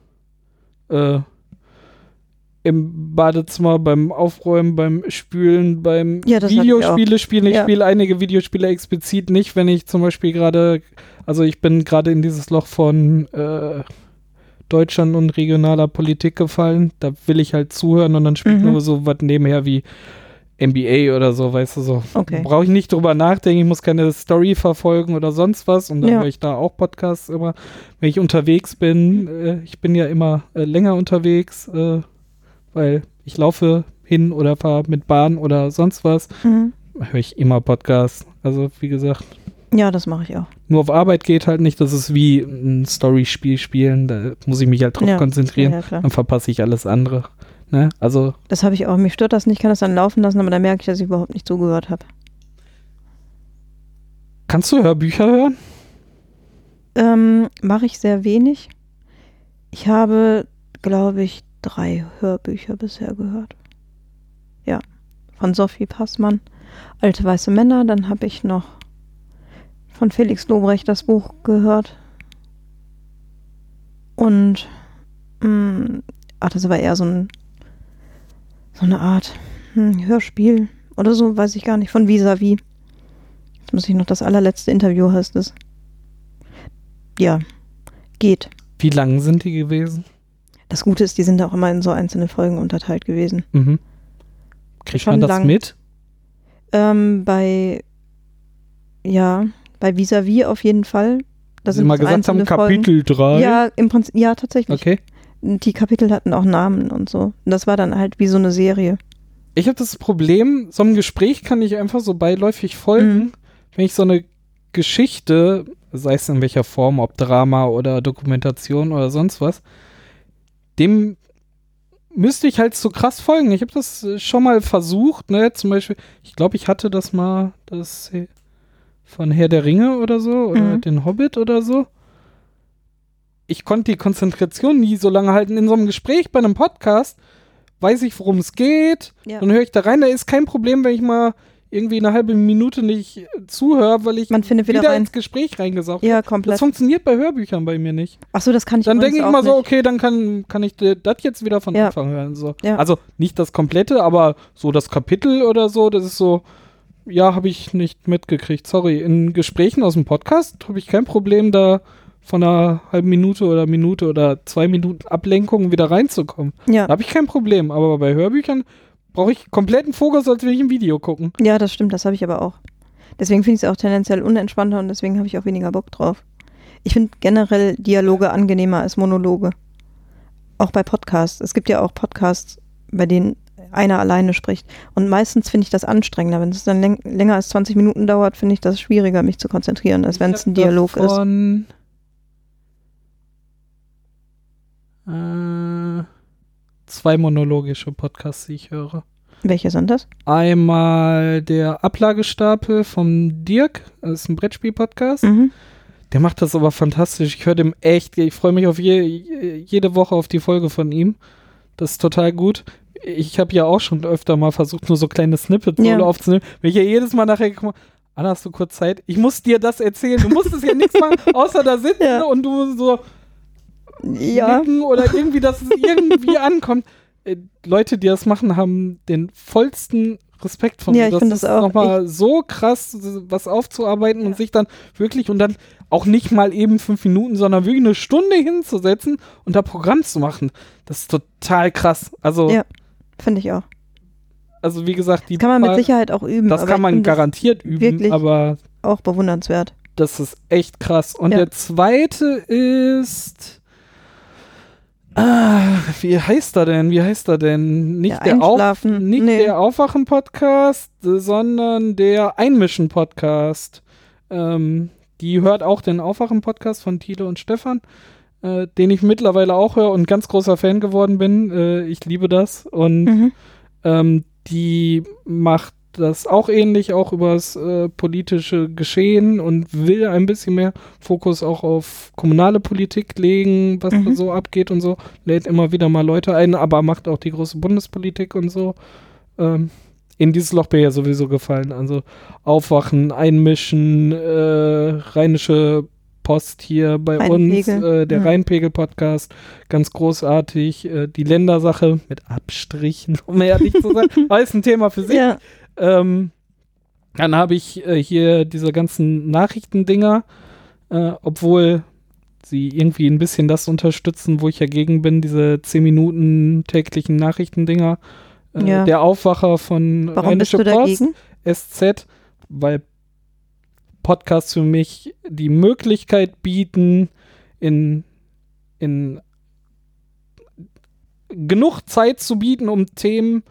[SPEAKER 2] äh, im Badezimmer, beim Aufräumen, beim Spülen, beim
[SPEAKER 1] Ja, das hatte ich auch.
[SPEAKER 2] Videospiele spielen. Ich
[SPEAKER 1] Ja.
[SPEAKER 2] spiele einige Videospiele explizit nicht, wenn ich zum Beispiel gerade, also ich bin gerade in dieses Loch von äh, Deutschland und regionaler Politik gefallen. Da will ich halt zuhören und dann spielt
[SPEAKER 1] Mhm.
[SPEAKER 2] nur so was nebenher wie NBA oder so, weißt du so.
[SPEAKER 1] Okay.
[SPEAKER 2] Brauche ich nicht drüber nachdenken, ich muss keine Story verfolgen oder sonst was. Und dann
[SPEAKER 1] Ja.
[SPEAKER 2] höre ich da auch Podcasts immer. Wenn ich unterwegs bin, äh, ich bin ja immer äh, länger unterwegs, äh, weil ich laufe hin oder fahre mit Bahn oder sonst was,
[SPEAKER 1] Mhm.
[SPEAKER 2] höre ich immer Podcasts. Also wie gesagt,
[SPEAKER 1] Ja, das mache ich auch.
[SPEAKER 2] nur auf Arbeit geht halt nicht. Das ist wie ein Story-Spiel spielen. Da muss ich mich halt drauf
[SPEAKER 1] Ja. Ja,
[SPEAKER 2] konzentrieren.
[SPEAKER 1] ja, klar.
[SPEAKER 2] Dann verpasse ich alles andere. Ne? Also
[SPEAKER 1] Das habe ich auch. Mich stört das nicht, kann das dann laufen lassen, aber da merke ich, dass ich überhaupt nicht zugehört habe.
[SPEAKER 2] kannst du Hörbücher hören?
[SPEAKER 1] Ähm, Mache ich sehr wenig. Ich habe, glaube ich, drei Hörbücher bisher gehört. Ja, von Sophie Passmann, Alte Weiße Männer. Dann habe ich noch von Felix Lobrecht das Buch gehört. Und, mh, ach, das war eher so, ein, so eine Art hm, Hörspiel oder so, weiß ich gar nicht, von Vis-a-vis. Jetzt muss ich noch das allerletzte Interview, heißt es. Ja, geht.
[SPEAKER 2] Wie lang sind die gewesen?
[SPEAKER 1] Das Gute ist, die sind auch immer in so einzelne Folgen unterteilt gewesen.
[SPEAKER 2] Mhm. Kriegt
[SPEAKER 1] Schon
[SPEAKER 2] man das
[SPEAKER 1] lang.
[SPEAKER 2] mit?
[SPEAKER 1] Ähm, bei, ja, bei Vis-a-vis auf jeden Fall. Da
[SPEAKER 2] Sie mal
[SPEAKER 1] so
[SPEAKER 2] gesagt haben,
[SPEAKER 1] einzelne Folgen.
[SPEAKER 2] Kapitel 3.
[SPEAKER 1] Ja, im Prinzip, ja, tatsächlich.
[SPEAKER 2] Okay.
[SPEAKER 1] Die Kapitel hatten auch Namen und so. Und das war dann halt wie so eine Serie.
[SPEAKER 2] Ich habe das Problem, so einem Gespräch kann ich einfach so beiläufig folgen,
[SPEAKER 1] Mhm.
[SPEAKER 2] wenn ich so eine Geschichte, also sei es in welcher Form, ob Drama oder Dokumentation oder sonst was, dem müsste ich halt so krass folgen. Ich habe das äh, schon mal versucht, ne? Zum Beispiel, ich glaube, ich hatte das mal, das äh, von Herr der Ringe oder so, oder
[SPEAKER 1] Mhm.
[SPEAKER 2] den Hobbit oder so. Ich konnte die Konzentration nie so lange halten. In so einem Gespräch bei einem Podcast weiß ich, worum es geht.
[SPEAKER 1] Ja.
[SPEAKER 2] Dann höre ich da rein. Da ist kein Problem, wenn ich mal irgendwie eine halbe Minute nicht äh, zuhöre, weil ich
[SPEAKER 1] Man findet wieder rein.
[SPEAKER 2] ins Gespräch reingesaugt
[SPEAKER 1] Ja,
[SPEAKER 2] Das
[SPEAKER 1] komplett.
[SPEAKER 2] funktioniert bei Hörbüchern bei mir nicht.
[SPEAKER 1] Achso, das kann ich
[SPEAKER 2] Dann
[SPEAKER 1] übrigens
[SPEAKER 2] denke ich
[SPEAKER 1] auch
[SPEAKER 2] mal so,
[SPEAKER 1] nicht.
[SPEAKER 2] okay, dann kann, kann ich das jetzt wieder von
[SPEAKER 1] Ja.
[SPEAKER 2] Anfang hören. So.
[SPEAKER 1] Ja.
[SPEAKER 2] Also nicht das komplette, aber so das Kapitel oder so, das ist so, ja, habe ich nicht mitgekriegt. Sorry. In Gesprächen aus dem Podcast habe ich kein Problem, da von einer halben Minute oder Minute oder zwei Minuten Ablenkung wieder reinzukommen. Da
[SPEAKER 1] Ja.
[SPEAKER 2] habe ich kein Problem, aber bei Hörbüchern brauche ich kompletten Fokus, als will ich ein Video gucken.
[SPEAKER 1] ja, das stimmt, das habe ich aber auch. Deswegen finde ich es auch tendenziell unentspannter und deswegen habe ich auch weniger Bock drauf. Ich finde generell Dialoge angenehmer als Monologe. Auch bei Podcasts. Es gibt ja auch Podcasts, bei denen einer alleine spricht. Und meistens finde ich das anstrengender. Wenn es dann läng länger als 20 Minuten dauert, finde ich das schwieriger, mich zu konzentrieren, als wenn es ein Dialog ist.
[SPEAKER 2] von Äh, zwei monologische Podcasts, die ich höre.
[SPEAKER 1] Welche sind das?
[SPEAKER 2] Einmal der Ablagestapel vom Dirk, das ist ein Brettspiel-Podcast.
[SPEAKER 1] Mhm.
[SPEAKER 2] Der macht das aber fantastisch. Ich höre dem echt, ich freue mich auf je, jede Woche auf die Folge von ihm. Das ist total gut. Ich habe ja auch schon öfter mal versucht, nur so kleine Snippets
[SPEAKER 1] Ja.
[SPEAKER 2] solo aufzunehmen. Wenn ich ja jedes Mal nachher komme, Anna, hast du kurz Zeit? Ich muss dir das erzählen. Du musstest ja nichts machen, außer da sitzen
[SPEAKER 1] Ja.
[SPEAKER 2] und du so
[SPEAKER 1] Ja.
[SPEAKER 2] nicken oder irgendwie, dass es irgendwie ankommt. Äh, Leute, die das machen, haben den vollsten Respekt von
[SPEAKER 1] Ja,
[SPEAKER 2] mir.
[SPEAKER 1] ich find das
[SPEAKER 2] ist
[SPEAKER 1] auch
[SPEAKER 2] nochmal so krass, was aufzuarbeiten und sich dann wirklich und dann auch nicht mal eben fünf Minuten, sondern wirklich eine Stunde hinzusetzen und da Programm zu machen. Das ist total krass. Also,
[SPEAKER 1] Ja. Finde ich auch.
[SPEAKER 2] also wie gesagt, die
[SPEAKER 1] Kann man mit
[SPEAKER 2] paar-
[SPEAKER 1] Sicherheit auch üben.
[SPEAKER 2] das
[SPEAKER 1] aber
[SPEAKER 2] kann
[SPEAKER 1] ich
[SPEAKER 2] man
[SPEAKER 1] finde das
[SPEAKER 2] garantiert üben,
[SPEAKER 1] wirklich-
[SPEAKER 2] aber
[SPEAKER 1] Auch bewundernswert.
[SPEAKER 2] das ist echt krass. Und
[SPEAKER 1] Ja.
[SPEAKER 2] der zweite ist. Ah, wie heißt er denn? Wie heißt er denn? Nicht
[SPEAKER 1] Der
[SPEAKER 2] der, Auf,
[SPEAKER 1] Einschlafen-
[SPEAKER 2] nicht
[SPEAKER 1] nee.
[SPEAKER 2] der Aufwachen-Podcast, äh, sondern der Einmischen-Podcast. Ähm, die hört auch den Aufwachen-Podcast von Tilo und Stefan, äh, den ich mittlerweile auch höre und ganz großer Fan geworden bin. Äh, ich liebe das. Und
[SPEAKER 1] Mhm.
[SPEAKER 2] ähm, die macht das auch ähnlich, auch übers äh, politische Geschehen und will ein bisschen mehr Fokus auch auf kommunale Politik legen, was da
[SPEAKER 1] Mhm.
[SPEAKER 2] so abgeht und so. Lädt immer wieder mal Leute ein, aber macht auch die große Bundespolitik und so. Ähm, in dieses Loch bin ich ja sowieso gefallen. Also aufwachen, einmischen, äh, rheinische Post hier bei uns,
[SPEAKER 1] Rheinpegel.
[SPEAKER 2] äh, der
[SPEAKER 1] Mhm.
[SPEAKER 2] Rheinpegel-Podcast, ganz großartig. Äh, die Ländersache mit Abstrichen, um ehrlich zu sein, aber ist ein Thema für sich.
[SPEAKER 1] Ja.
[SPEAKER 2] Ähm, dann habe ich äh, hier diese ganzen Nachrichtendinger, äh, obwohl sie irgendwie ein bisschen das unterstützen, wo ich ja gegen bin, diese 10 Minuten täglichen Nachrichtendinger. Äh,
[SPEAKER 1] Ja.
[SPEAKER 2] Der Aufwacher von
[SPEAKER 1] Warum bist
[SPEAKER 2] Rheinische
[SPEAKER 1] du dagegen?
[SPEAKER 2] SZ, weil Podcasts für mich die Möglichkeit bieten, in, in genug Zeit zu bieten, um Themen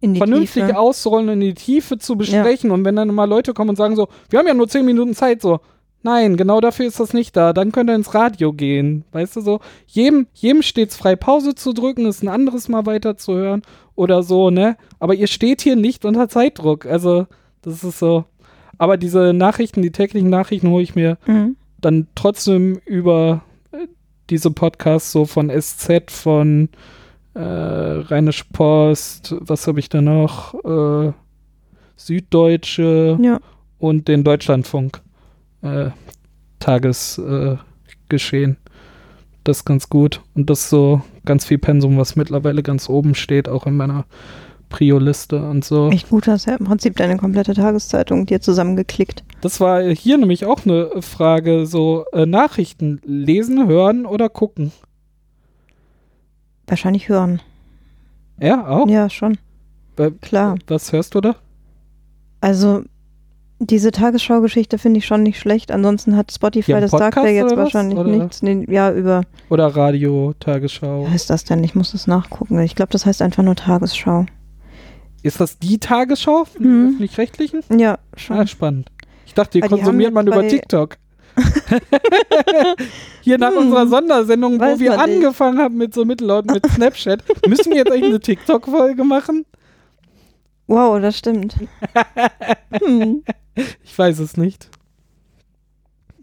[SPEAKER 1] In die
[SPEAKER 2] vernünftig
[SPEAKER 1] Tiefe.
[SPEAKER 2] auszurollen und in die Tiefe zu besprechen. Und wenn dann mal Leute kommen und sagen so, wir haben ja nur zehn Minuten Zeit, so, nein, genau dafür ist das nicht da. Dann könnt ihr ins Radio gehen. Weißt du so, jedem, jedem steht's frei, Pause zu drücken, es ein anderes Mal weiterzuhören oder so, ne? Aber ihr steht hier nicht unter Zeitdruck. Also, das ist so. Aber diese Nachrichten, die täglichen Nachrichten hole ich mir
[SPEAKER 1] Mhm.
[SPEAKER 2] dann trotzdem über äh, diese Podcasts so von SZ, von äh, Rheinische Post, was habe ich da noch? Äh, Süddeutsche
[SPEAKER 1] Ja.
[SPEAKER 2] und den Deutschlandfunk äh, Tagesgeschehen. Äh, Geschehen. das ist ganz gut. Und das ist so ganz viel Pensum, was mittlerweile ganz oben steht, auch in meiner Prio-Liste und so.
[SPEAKER 1] Echt gut, hast ja im Prinzip deine komplette Tageszeitung dir zusammengeklickt.
[SPEAKER 2] Das war hier nämlich auch eine Frage, so äh, Nachrichten lesen, hören oder gucken.
[SPEAKER 1] Wahrscheinlich hören.
[SPEAKER 2] Ja, auch.
[SPEAKER 1] Ja, schon.
[SPEAKER 2] Oh. Äh,
[SPEAKER 1] Klar.
[SPEAKER 2] Was hörst du da?
[SPEAKER 1] Also diese Tagesschau-Geschichte finde ich schon nicht schlecht. Ansonsten hat Spotify
[SPEAKER 2] Die haben
[SPEAKER 1] das sagt ja
[SPEAKER 2] Podcast
[SPEAKER 1] jetzt
[SPEAKER 2] oder was?
[SPEAKER 1] wahrscheinlich
[SPEAKER 2] Oder- Oh.
[SPEAKER 1] nichts. Nee, ja, über.
[SPEAKER 2] Oder Radio,
[SPEAKER 1] Wie
[SPEAKER 2] Tagesschau.
[SPEAKER 1] heißt das denn? Ich muss das nachgucken. Ich glaube, das heißt einfach nur Tagesschau.
[SPEAKER 2] Ist das die Tagesschau von
[SPEAKER 1] Mhm.
[SPEAKER 2] den öffentlich-rechtlichen?
[SPEAKER 1] Ja,
[SPEAKER 2] Ah,
[SPEAKER 1] schon.
[SPEAKER 2] spannend. Ich dachte, die
[SPEAKER 1] Aber die haben
[SPEAKER 2] konsumiert
[SPEAKER 1] jetzt
[SPEAKER 2] man über
[SPEAKER 1] bei-
[SPEAKER 2] TikTok. Hier nach
[SPEAKER 1] Hm.
[SPEAKER 2] unserer Sondersendung, wo
[SPEAKER 1] Weiß
[SPEAKER 2] wir
[SPEAKER 1] man nicht.
[SPEAKER 2] angefangen haben mit so Mittelleuten mit Snapchat, müssen wir jetzt eigentlich eine TikTok-Folge machen?
[SPEAKER 1] Wow, das stimmt. Hm.
[SPEAKER 2] Ich weiß es nicht.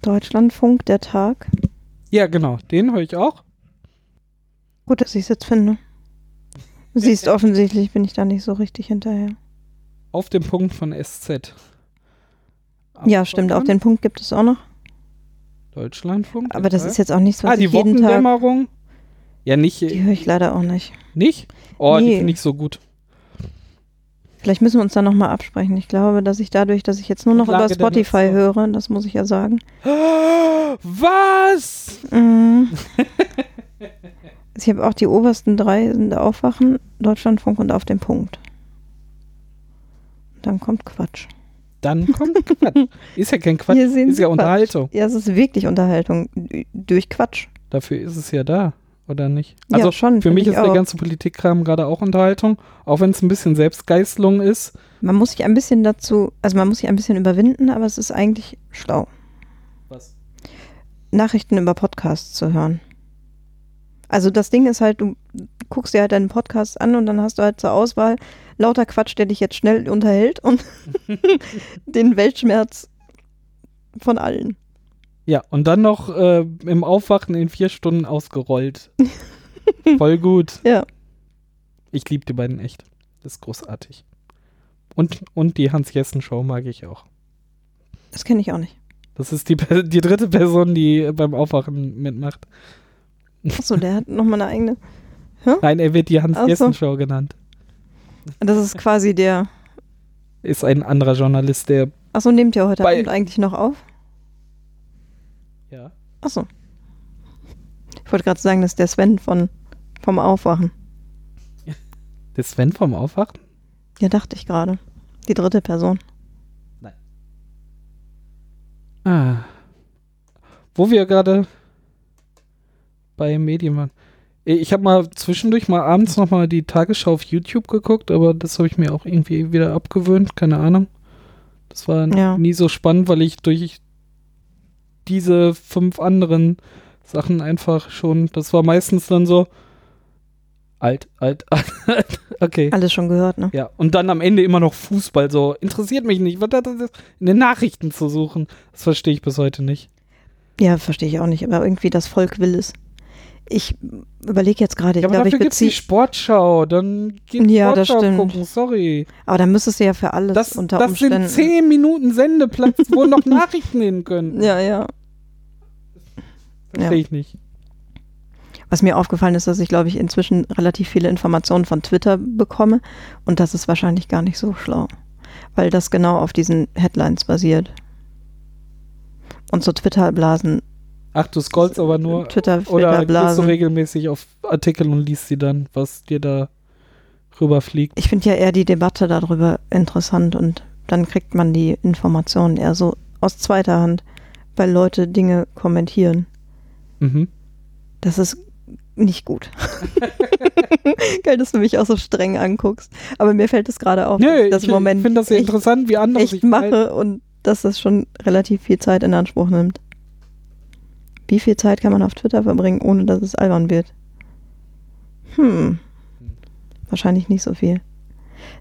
[SPEAKER 1] Deutschlandfunk, der Tag.
[SPEAKER 2] Ja, genau. Den höre ich auch.
[SPEAKER 1] Gut, dass ich es jetzt finde. Siehst, offensichtlich bin ich da nicht so richtig hinterher.
[SPEAKER 2] Auf dem Punkt von SZ.
[SPEAKER 1] ja, stimmt, auf den Punkt gibt es auch noch.
[SPEAKER 2] Deutschlandfunk.
[SPEAKER 1] Aber das
[SPEAKER 2] ja.
[SPEAKER 1] ist jetzt auch nichts, was
[SPEAKER 2] Ah, die
[SPEAKER 1] ich jeden Tag...
[SPEAKER 2] Wochendämmerung. Ja, nicht. äh,
[SPEAKER 1] Die höre ich leider auch nicht.
[SPEAKER 2] Nicht? Oh, die
[SPEAKER 1] Nee.
[SPEAKER 2] finde ich so gut.
[SPEAKER 1] Vielleicht müssen wir uns da nochmal absprechen. Ich glaube, dass ich dadurch, dass ich jetzt nur noch
[SPEAKER 2] Lage
[SPEAKER 1] über
[SPEAKER 2] der
[SPEAKER 1] Spotify
[SPEAKER 2] Nutzer.
[SPEAKER 1] höre, das muss ich ja sagen.
[SPEAKER 2] Was?
[SPEAKER 1] Mhm. Also ich habe auch die obersten drei sind Aufwachen, Deutschlandfunk und auf den Punkt. Dann kommt Quatsch.
[SPEAKER 2] Dann kommt Quatsch. Ist ja kein Quatsch,
[SPEAKER 1] Hier sehen
[SPEAKER 2] ist
[SPEAKER 1] Sie
[SPEAKER 2] ja
[SPEAKER 1] Quatsch.
[SPEAKER 2] Unterhaltung.
[SPEAKER 1] Ja, es ist wirklich Unterhaltung d- durch Quatsch.
[SPEAKER 2] Dafür ist es ja da, oder nicht?
[SPEAKER 1] Ja,
[SPEAKER 2] Also
[SPEAKER 1] schon,
[SPEAKER 2] für
[SPEAKER 1] find
[SPEAKER 2] mich
[SPEAKER 1] ich
[SPEAKER 2] ist der
[SPEAKER 1] auch.
[SPEAKER 2] ganze Politikkram gerade auch Unterhaltung, auch wenn es ein bisschen Selbstgeißelung ist.
[SPEAKER 1] Man muss sich ein bisschen dazu, also man muss sich ein bisschen überwinden, aber es ist eigentlich schlau,
[SPEAKER 2] Was?
[SPEAKER 1] Nachrichten über Podcasts zu hören. Also das Ding ist halt, du guckst dir halt deinen Podcast an und dann hast du halt zur Auswahl lauter Quatsch, der dich jetzt schnell unterhält und den Weltschmerz von allen.
[SPEAKER 2] Ja, und dann noch äh, im Aufwachen in vier Stunden ausgerollt. Voll gut.
[SPEAKER 1] Ja.
[SPEAKER 2] Ich liebe die beiden echt. Das ist großartig. Und, und die Hans-Jessen-Show mag ich auch.
[SPEAKER 1] Das kenne ich auch nicht.
[SPEAKER 2] Das ist die, Per- die dritte Person, die beim Aufwachen mitmacht.
[SPEAKER 1] Achso, der hat nochmal eine eigene.
[SPEAKER 2] Nein, er wird die
[SPEAKER 1] Ach so.
[SPEAKER 2] Hans-Jessen-Show genannt.
[SPEAKER 1] Das ist quasi der.
[SPEAKER 2] Ist ein anderer Journalist, der.
[SPEAKER 1] Achso, nehmt ihr heute
[SPEAKER 2] Bei-
[SPEAKER 1] Abend eigentlich noch auf?
[SPEAKER 2] Ja.
[SPEAKER 1] Achso. Ich wollte gerade sagen, das ist der Sven von, vom Aufwachen.
[SPEAKER 2] Der Sven vom Aufwachen?
[SPEAKER 1] Ja, dachte ich gerade. Die dritte Person.
[SPEAKER 2] Ah. Wo wir gerade bei Medien waren. Ich habe mal zwischendurch mal abends nochmal die Tagesschau auf YouTube geguckt, aber das habe ich mir auch irgendwie wieder abgewöhnt, keine Ahnung. Das war
[SPEAKER 1] Ja.
[SPEAKER 2] nie so spannend, weil ich durch diese fünf anderen Sachen einfach schon, das war meistens dann so alt, alt, alt. Okay.
[SPEAKER 1] Alles schon gehört, ne?
[SPEAKER 2] Ja, und dann am Ende immer noch Fußball so. Interessiert mich nicht, was hat das jetzt in den Nachrichten zu suchen? Das verstehe ich bis heute nicht.
[SPEAKER 1] Ja, verstehe ich auch nicht, aber irgendwie das Volk will es. Ich überlege jetzt gerade, ich
[SPEAKER 2] aber
[SPEAKER 1] glaube, ich
[SPEAKER 2] dafür gibt's die
[SPEAKER 1] beziehe.
[SPEAKER 2] Sportschau. Dann geht
[SPEAKER 1] Ja, das
[SPEAKER 2] Sportschau
[SPEAKER 1] stimmt.
[SPEAKER 2] gucken, sorry.
[SPEAKER 1] Aber dann müsstest du ja für alles
[SPEAKER 2] Das,
[SPEAKER 1] unter
[SPEAKER 2] das
[SPEAKER 1] Umständen.
[SPEAKER 2] sind zehn Minuten Sendeplatz, wo noch Nachrichten hin können.
[SPEAKER 1] Ja, ja.
[SPEAKER 2] Verstehe ich nicht.
[SPEAKER 1] Was mir aufgefallen ist, dass ich, glaube ich, inzwischen relativ viele Informationen von Twitter bekomme und das ist wahrscheinlich gar nicht so schlau, weil das genau auf diesen Headlines basiert. Und so Twitter-Blasen,
[SPEAKER 2] Ach, du scrollst aber nur
[SPEAKER 1] Twitter,
[SPEAKER 2] oder gehst du
[SPEAKER 1] Twitter-Blasen.
[SPEAKER 2] regelmäßig auf Artikel und liest sie dann, was dir da rüberfliegt.
[SPEAKER 1] Ich finde ja eher die Debatte darüber interessant und dann kriegt man die Informationen eher so aus zweiter Hand, weil Leute Dinge kommentieren.
[SPEAKER 2] Mhm.
[SPEAKER 1] Das ist nicht gut. Geil, dass du mich auch so streng anguckst. Aber mir fällt es gerade auf, dass
[SPEAKER 2] Nö,
[SPEAKER 1] ich das
[SPEAKER 2] ich
[SPEAKER 1] im Moment
[SPEAKER 2] finde das sehr
[SPEAKER 1] echt-
[SPEAKER 2] interessant, wie andere
[SPEAKER 1] echt
[SPEAKER 2] sich
[SPEAKER 1] mache und dass das schon relativ viel Zeit in Anspruch nimmt. Wie viel Zeit kann man auf Twitter verbringen, ohne dass es albern wird? Hm. Wahrscheinlich nicht so viel.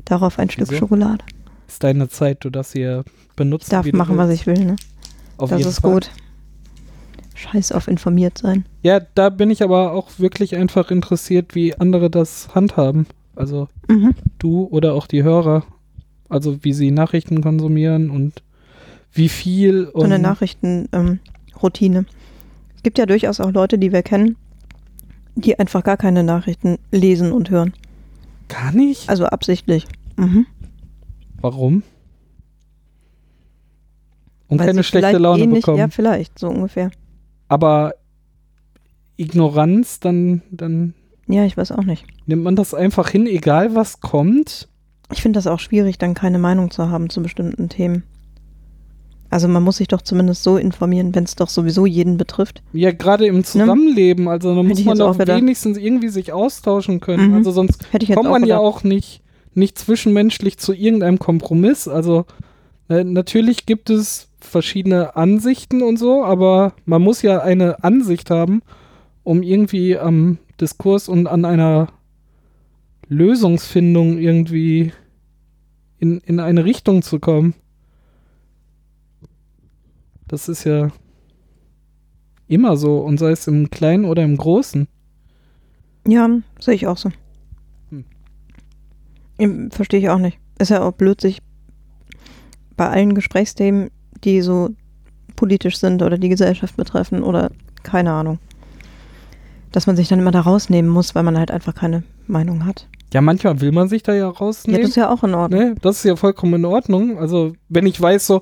[SPEAKER 1] Darauf ein Stück
[SPEAKER 2] Wieso?
[SPEAKER 1] Schokolade.
[SPEAKER 2] ist deine Zeit, du darfst hier benutzen.
[SPEAKER 1] Ich darf
[SPEAKER 2] wie du
[SPEAKER 1] machen, was ich will, ne?
[SPEAKER 2] Auf
[SPEAKER 1] das
[SPEAKER 2] jeden
[SPEAKER 1] ist
[SPEAKER 2] Fall.
[SPEAKER 1] gut. Scheiß auf informiert sein.
[SPEAKER 2] Ja, da bin ich aber auch wirklich einfach interessiert, wie andere das handhaben. Also
[SPEAKER 1] Mhm.
[SPEAKER 2] du oder auch die Hörer. Also wie sie Nachrichten konsumieren und wie viel
[SPEAKER 1] So
[SPEAKER 2] und
[SPEAKER 1] eine Nachrichtenroutine. Ähm, Routine. es gibt ja durchaus auch Leute, die wir kennen, die einfach gar keine Nachrichten lesen und hören.
[SPEAKER 2] gar nicht.
[SPEAKER 1] Also absichtlich. Mhm.
[SPEAKER 2] Warum? Und
[SPEAKER 1] Weil
[SPEAKER 2] keine
[SPEAKER 1] sie
[SPEAKER 2] schlechte
[SPEAKER 1] vielleicht
[SPEAKER 2] Laune
[SPEAKER 1] eh nicht,
[SPEAKER 2] bekommen.
[SPEAKER 1] Ja, vielleicht, so ungefähr.
[SPEAKER 2] Aber Ignoranz, dann, dann
[SPEAKER 1] Ja, ich weiß auch nicht.
[SPEAKER 2] nimmt man das einfach hin, egal was kommt.
[SPEAKER 1] Ich finde das auch schwierig, dann keine Meinung zu haben zu bestimmten Themen. Also man muss sich doch zumindest so informieren, wenn es doch sowieso jeden betrifft.
[SPEAKER 2] Ja, gerade im Zusammenleben. Also da muss
[SPEAKER 1] Ne? ich
[SPEAKER 2] man
[SPEAKER 1] jetzt
[SPEAKER 2] doch
[SPEAKER 1] auch gedacht.
[SPEAKER 2] wenigstens irgendwie sich austauschen können.
[SPEAKER 1] Mhm.
[SPEAKER 2] Also sonst
[SPEAKER 1] Hätte ich jetzt
[SPEAKER 2] kommt
[SPEAKER 1] auch
[SPEAKER 2] man ja
[SPEAKER 1] gedacht.
[SPEAKER 2] auch nicht, nicht zwischenmenschlich zu irgendeinem Kompromiss. Also äh, ne, natürlich gibt es verschiedene Ansichten und so, aber man muss ja eine Ansicht haben, um irgendwie am Diskurs und an einer Lösungsfindung irgendwie in, in eine Richtung zu kommen. Das ist ja immer so, und sei es im Kleinen oder im Großen.
[SPEAKER 1] Ja, sehe ich auch so.
[SPEAKER 2] Hm.
[SPEAKER 1] Verstehe ich auch nicht. Ist ja auch blöd, sich bei allen Gesprächsthemen, die so politisch sind oder die Gesellschaft betreffen oder keine Ahnung, dass man sich dann immer da rausnehmen muss, weil man halt einfach keine Meinung hat.
[SPEAKER 2] Ja, manchmal will man sich da ja
[SPEAKER 1] Ja,
[SPEAKER 2] rausnehmen.
[SPEAKER 1] das ist ja auch in Ordnung.
[SPEAKER 2] ne? Das ist ja vollkommen in Ordnung. Also, wenn ich weiß, so,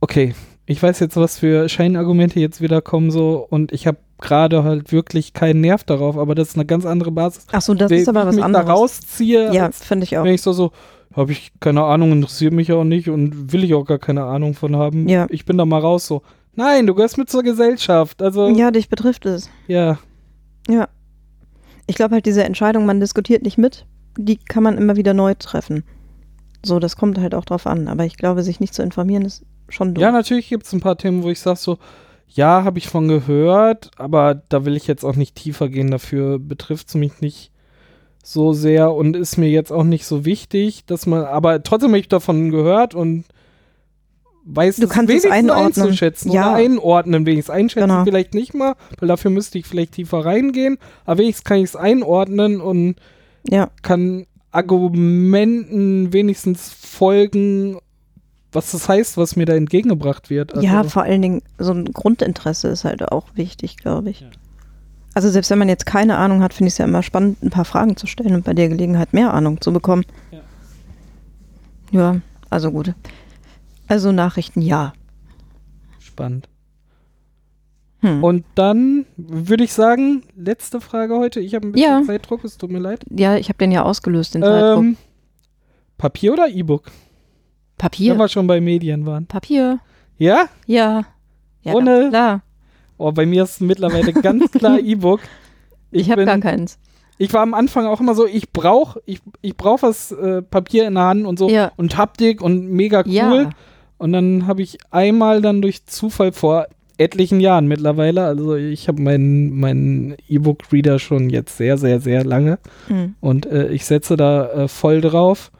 [SPEAKER 2] okay, ich weiß jetzt, was für Scheinargumente jetzt wieder kommen, so, und ich habe gerade halt wirklich keinen Nerv darauf, aber das ist eine ganz andere Basis.
[SPEAKER 1] Ach so, das
[SPEAKER 2] Wenn
[SPEAKER 1] ist aber
[SPEAKER 2] ich
[SPEAKER 1] was
[SPEAKER 2] mich da äh,
[SPEAKER 1] anderes.
[SPEAKER 2] rausziehe,
[SPEAKER 1] Ja, finde ich auch.
[SPEAKER 2] wenn ich so, so, habe ich keine Ahnung, interessiert mich auch nicht und will ich auch gar keine Ahnung von haben.
[SPEAKER 1] Ja.
[SPEAKER 2] Ich bin da mal raus, so. Nein, du gehörst mit zur Gesellschaft. Also, ja.
[SPEAKER 1] Ja, dich betrifft es. Ja. Ich glaube halt, diese Entscheidung, man diskutiert nicht mit, die kann man immer wieder neu treffen. So, das kommt halt auch drauf an. Aber ich glaube, sich nicht zu informieren ist schon dumm.
[SPEAKER 2] Ja, natürlich gibt es ein paar Themen, wo ich sage so, ja, habe ich von gehört, aber da will ich jetzt auch nicht tiefer gehen. Dafür betrifft es mich nicht so sehr und ist mir jetzt auch nicht so wichtig, dass man, aber trotzdem habe ich davon gehört und weiß
[SPEAKER 1] Du kannst es
[SPEAKER 2] wenigstens
[SPEAKER 1] einordnen.
[SPEAKER 2] einzuschätzen
[SPEAKER 1] Ja.
[SPEAKER 2] oder einordnen wenigstens. Einschätzen
[SPEAKER 1] Genau.
[SPEAKER 2] vielleicht nicht mal, weil dafür müsste ich vielleicht tiefer reingehen, aber wenigstens kann ich es einordnen und
[SPEAKER 1] Ja,
[SPEAKER 2] kann Argumenten wenigstens folgen, was das heißt, was mir da entgegengebracht wird. Also-
[SPEAKER 1] ja vor allen Dingen, so ein Grundinteresse ist halt auch wichtig, glaube ich.
[SPEAKER 2] Ja.
[SPEAKER 1] Also selbst wenn man jetzt keine Ahnung hat, finde ich es ja immer spannend, ein paar Fragen zu stellen und bei der Gelegenheit mehr Ahnung zu bekommen.
[SPEAKER 2] Ja.
[SPEAKER 1] Ja, also gut. Also Nachrichten ja.
[SPEAKER 2] Spannend.
[SPEAKER 1] Hm.
[SPEAKER 2] Und dann würde ich sagen, letzte Frage heute. Ich habe ein bisschen
[SPEAKER 1] Ja.
[SPEAKER 2] Zeitdruck, es tut mir leid.
[SPEAKER 1] Ja, ich habe den ja ausgelöst, den Zeitdruck.
[SPEAKER 2] Ähm, Papier oder E-Book? Wenn
[SPEAKER 1] Papier.
[SPEAKER 2] wir schon bei Medien waren.
[SPEAKER 1] Papier.
[SPEAKER 2] Ja?
[SPEAKER 1] Ja. ja
[SPEAKER 2] Ohne-
[SPEAKER 1] ganz Klar.
[SPEAKER 2] Oh, bei mir ist mittlerweile ganz klar E-Book.
[SPEAKER 1] Ich habe
[SPEAKER 2] bin-
[SPEAKER 1] gar keins.
[SPEAKER 2] Ich war am Anfang auch immer so, ich brauche ich, ich brauch was äh, Papier in der Hand und so
[SPEAKER 1] Ja.
[SPEAKER 2] und Haptik und mega cool.
[SPEAKER 1] Ja.
[SPEAKER 2] Und dann habe ich einmal dann durch Zufall vor etlichen Jahren mittlerweile, also ich habe meinen meinen E-Book-Reader schon jetzt sehr, sehr, sehr lange.
[SPEAKER 1] Hm.
[SPEAKER 2] Und äh, ich setze da äh, voll drauf.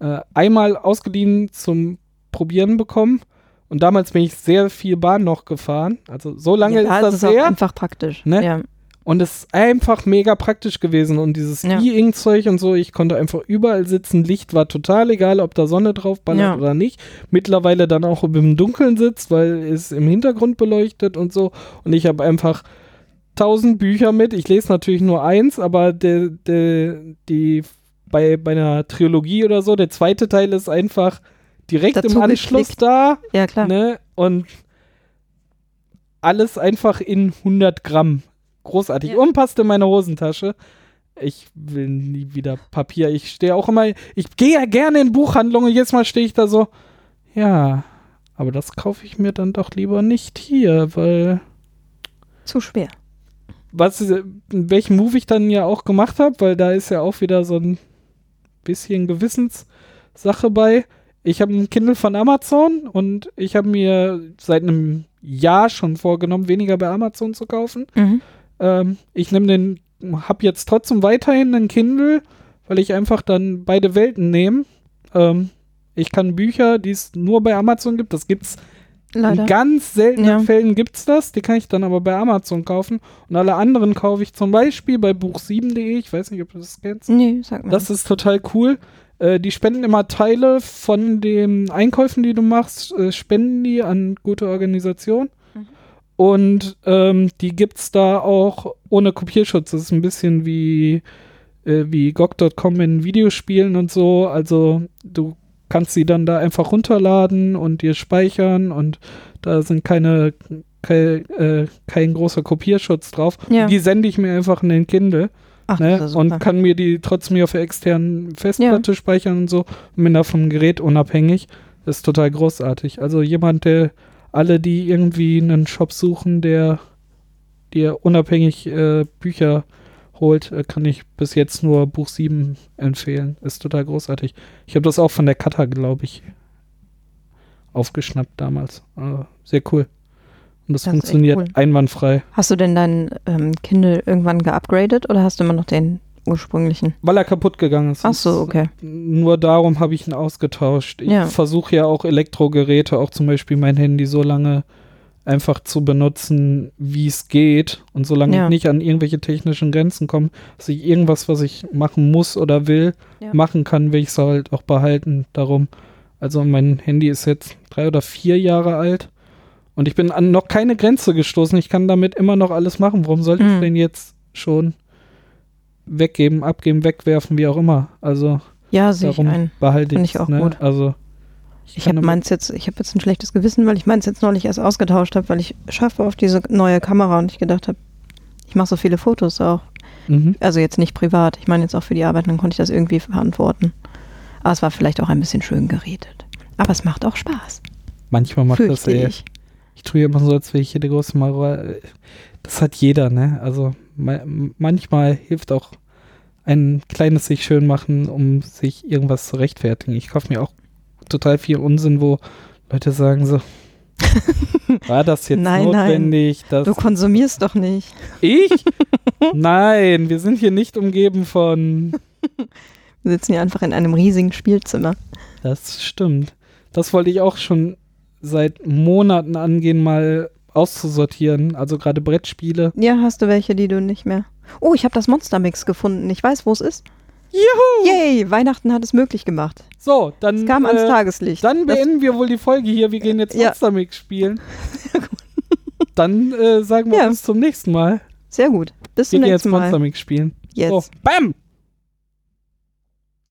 [SPEAKER 2] Äh, einmal ausgeliehen zum Probieren bekommen. Und damals bin ich sehr viel Bahn noch gefahren. Also so lange
[SPEAKER 1] ja,
[SPEAKER 2] ist das
[SPEAKER 1] auch
[SPEAKER 2] her.
[SPEAKER 1] einfach praktisch.
[SPEAKER 2] Ne?
[SPEAKER 1] Ja.
[SPEAKER 2] Und es ist einfach mega praktisch gewesen. Und dieses
[SPEAKER 1] Ja.
[SPEAKER 2] E-Ink-Zeug und so, ich konnte einfach überall sitzen. Licht war total egal, ob da Sonne drauf
[SPEAKER 1] Ja.
[SPEAKER 2] ballert oder nicht. Mittlerweile dann auch ob im Dunkeln sitzt, weil es im Hintergrund beleuchtet und so. Und ich habe einfach tausend Bücher mit. Ich lese natürlich nur eins, aber der, der, die bei, bei einer Trilogie oder so, der zweite Teil ist einfach direkt
[SPEAKER 1] Dazu
[SPEAKER 2] im Anschluss
[SPEAKER 1] geklickt.
[SPEAKER 2] da.
[SPEAKER 1] ja, klar.
[SPEAKER 2] Ne? Und alles einfach in 100 Gramm. Großartig.
[SPEAKER 1] Ja.
[SPEAKER 2] Und passt in meine Hosentasche. Ich will nie wieder Papier. Ich stehe auch immer, ich gehe ja gerne in Buchhandlungen. Jetzt mal stehe ich da so, ja, aber das kaufe ich mir dann doch lieber nicht hier, weil
[SPEAKER 1] Zu schwer.
[SPEAKER 2] was, welchen Move ich dann ja auch gemacht habe, weil da ist ja auch wieder so ein bisschen Gewissenssache bei. Ich habe ein Kindle von Amazon und ich habe mir seit einem Jahr schon vorgenommen, weniger bei Amazon zu kaufen.
[SPEAKER 1] Mhm.
[SPEAKER 2] Ähm, ich nehme den, habe jetzt trotzdem weiterhin einen Kindle, weil ich einfach dann beide Welten nehme. Ähm, ich kann Bücher, die es nur bei Amazon gibt, das gibt's in
[SPEAKER 1] Leider.
[SPEAKER 2] ganz seltenen
[SPEAKER 1] Ja.
[SPEAKER 2] Fällen gibt es das. Die kann ich dann aber bei Amazon kaufen. Und alle anderen kaufe ich zum Beispiel bei buch7.de. Ich weiß nicht, ob du das kennst.
[SPEAKER 1] Nee, sag mal.
[SPEAKER 2] Das ist total cool. Äh, die spenden immer Teile von den Einkäufen, die du machst, äh, spenden die an gute Organisationen.
[SPEAKER 1] Mhm.
[SPEAKER 2] Und ähm, die gibt es da auch ohne Kopierschutz. Das ist ein bisschen wie, äh, wie GOG.com in Videospielen und so. Also du kannst sie dann da einfach runterladen und dir speichern und da sind keine, kein, äh, kein großer Kopierschutz drauf.
[SPEAKER 1] Ja.
[SPEAKER 2] Die sende ich mir einfach in den Kindle
[SPEAKER 1] Ach, das
[SPEAKER 2] ne?
[SPEAKER 1] ist ja
[SPEAKER 2] und
[SPEAKER 1] super.
[SPEAKER 2] kann mir die trotzdem hier auf der externen Festplatte speichern und so und bin da vom Gerät unabhängig. Das ist total großartig. Also jemand, der alle, die irgendwie einen Shop suchen, der dir unabhängig äh, Bücher holt, äh, kann ich bis jetzt nur Buch 7 empfehlen. Ist total großartig. Ich habe das auch von der Kata, glaube ich, aufgeschnappt damals. Äh, sehr cool. Und
[SPEAKER 1] Das
[SPEAKER 2] das,
[SPEAKER 1] ist echt
[SPEAKER 2] funktioniert
[SPEAKER 1] cool.
[SPEAKER 2] einwandfrei.
[SPEAKER 1] Hast du denn deinen ähm, Kindle irgendwann geupgradet oder hast du immer noch den ursprünglichen?
[SPEAKER 2] Weil er kaputt gegangen ist. äh,
[SPEAKER 1] Ach so, okay.
[SPEAKER 2] Nur darum habe ich ihn ausgetauscht. Ich
[SPEAKER 1] Ja.
[SPEAKER 2] versuche ja auch Elektrogeräte, auch zum Beispiel mein Handy, so lange einfach zu benutzen, wie es geht. Und solange
[SPEAKER 1] Ja.
[SPEAKER 2] ich nicht an irgendwelche technischen Grenzen komme, dass ich irgendwas, was ich machen muss oder will,
[SPEAKER 1] Ja.
[SPEAKER 2] machen kann, will ich es halt auch behalten. Darum. Also mein Handy ist jetzt drei oder vier Jahre alt und ich bin an noch keine Grenze gestoßen. Ich kann damit immer noch alles machen. Warum sollte ich
[SPEAKER 1] Hm.
[SPEAKER 2] den jetzt schon weggeben, abgeben, wegwerfen, wie auch immer? Also
[SPEAKER 1] Ja, sehe ich
[SPEAKER 2] darum
[SPEAKER 1] ein.
[SPEAKER 2] behalte
[SPEAKER 1] Find
[SPEAKER 2] ich
[SPEAKER 1] ich auch
[SPEAKER 2] ne?
[SPEAKER 1] gut.
[SPEAKER 2] Also
[SPEAKER 1] Ich
[SPEAKER 2] kann
[SPEAKER 1] habe
[SPEAKER 2] damit-
[SPEAKER 1] meins jetzt, ich habe jetzt ein schlechtes Gewissen, weil ich meins jetzt neulich erst ausgetauscht habe, weil ich schaffe auf diese neue Kamera und ich gedacht habe, ich mache so viele Fotos auch.
[SPEAKER 2] mhm.
[SPEAKER 1] Also jetzt nicht privat, ich meine jetzt auch für die Arbeit, dann konnte ich das irgendwie verantworten. Aber es war vielleicht auch ein bisschen schön geredet. Aber es macht auch Spaß,
[SPEAKER 2] manchmal macht das
[SPEAKER 1] fürchte
[SPEAKER 2] ey.
[SPEAKER 1] ich.
[SPEAKER 2] Ich tue immer so, als wäre ich hier der große Maler. Das hat jeder, ne? Also ma manchmal hilft auch ein kleines sich schön machen, um sich irgendwas zu rechtfertigen. Ich kaufe mir auch total viel Unsinn, wo Leute sagen so, war das jetzt
[SPEAKER 1] Nein, nein.
[SPEAKER 2] notwendig? Dass
[SPEAKER 1] Du konsumierst doch nicht.
[SPEAKER 2] ich? nein, wir sind hier nicht umgeben von
[SPEAKER 1] Wir sitzen hier einfach in einem riesigen Spielzimmer.
[SPEAKER 2] Das stimmt. Das wollte ich auch schon seit Monaten angehen, mal auszusortieren. Also gerade Brettspiele.
[SPEAKER 1] Ja, hast du welche, die du nicht mehr. Oh, ich habe das Monstermix gefunden. Ich weiß, wo es ist.
[SPEAKER 2] Juhu!
[SPEAKER 1] Yay, Weihnachten hat es möglich gemacht.
[SPEAKER 2] So, dann,
[SPEAKER 1] Es kam ans
[SPEAKER 2] äh,
[SPEAKER 1] Tageslicht.
[SPEAKER 2] dann
[SPEAKER 1] Das-
[SPEAKER 2] beenden wir wohl die Folge hier. Wir gehen jetzt
[SPEAKER 1] Ja.
[SPEAKER 2] Monster Mix spielen. dann äh, sagen wir
[SPEAKER 1] Ja.
[SPEAKER 2] uns zum nächsten Mal.
[SPEAKER 1] Sehr gut. Bis
[SPEAKER 2] Wir
[SPEAKER 1] zum
[SPEAKER 2] gehen jetzt Oh.
[SPEAKER 1] nächsten Mal.
[SPEAKER 2] Monster Mix spielen.
[SPEAKER 1] Jetzt.
[SPEAKER 2] So, bam!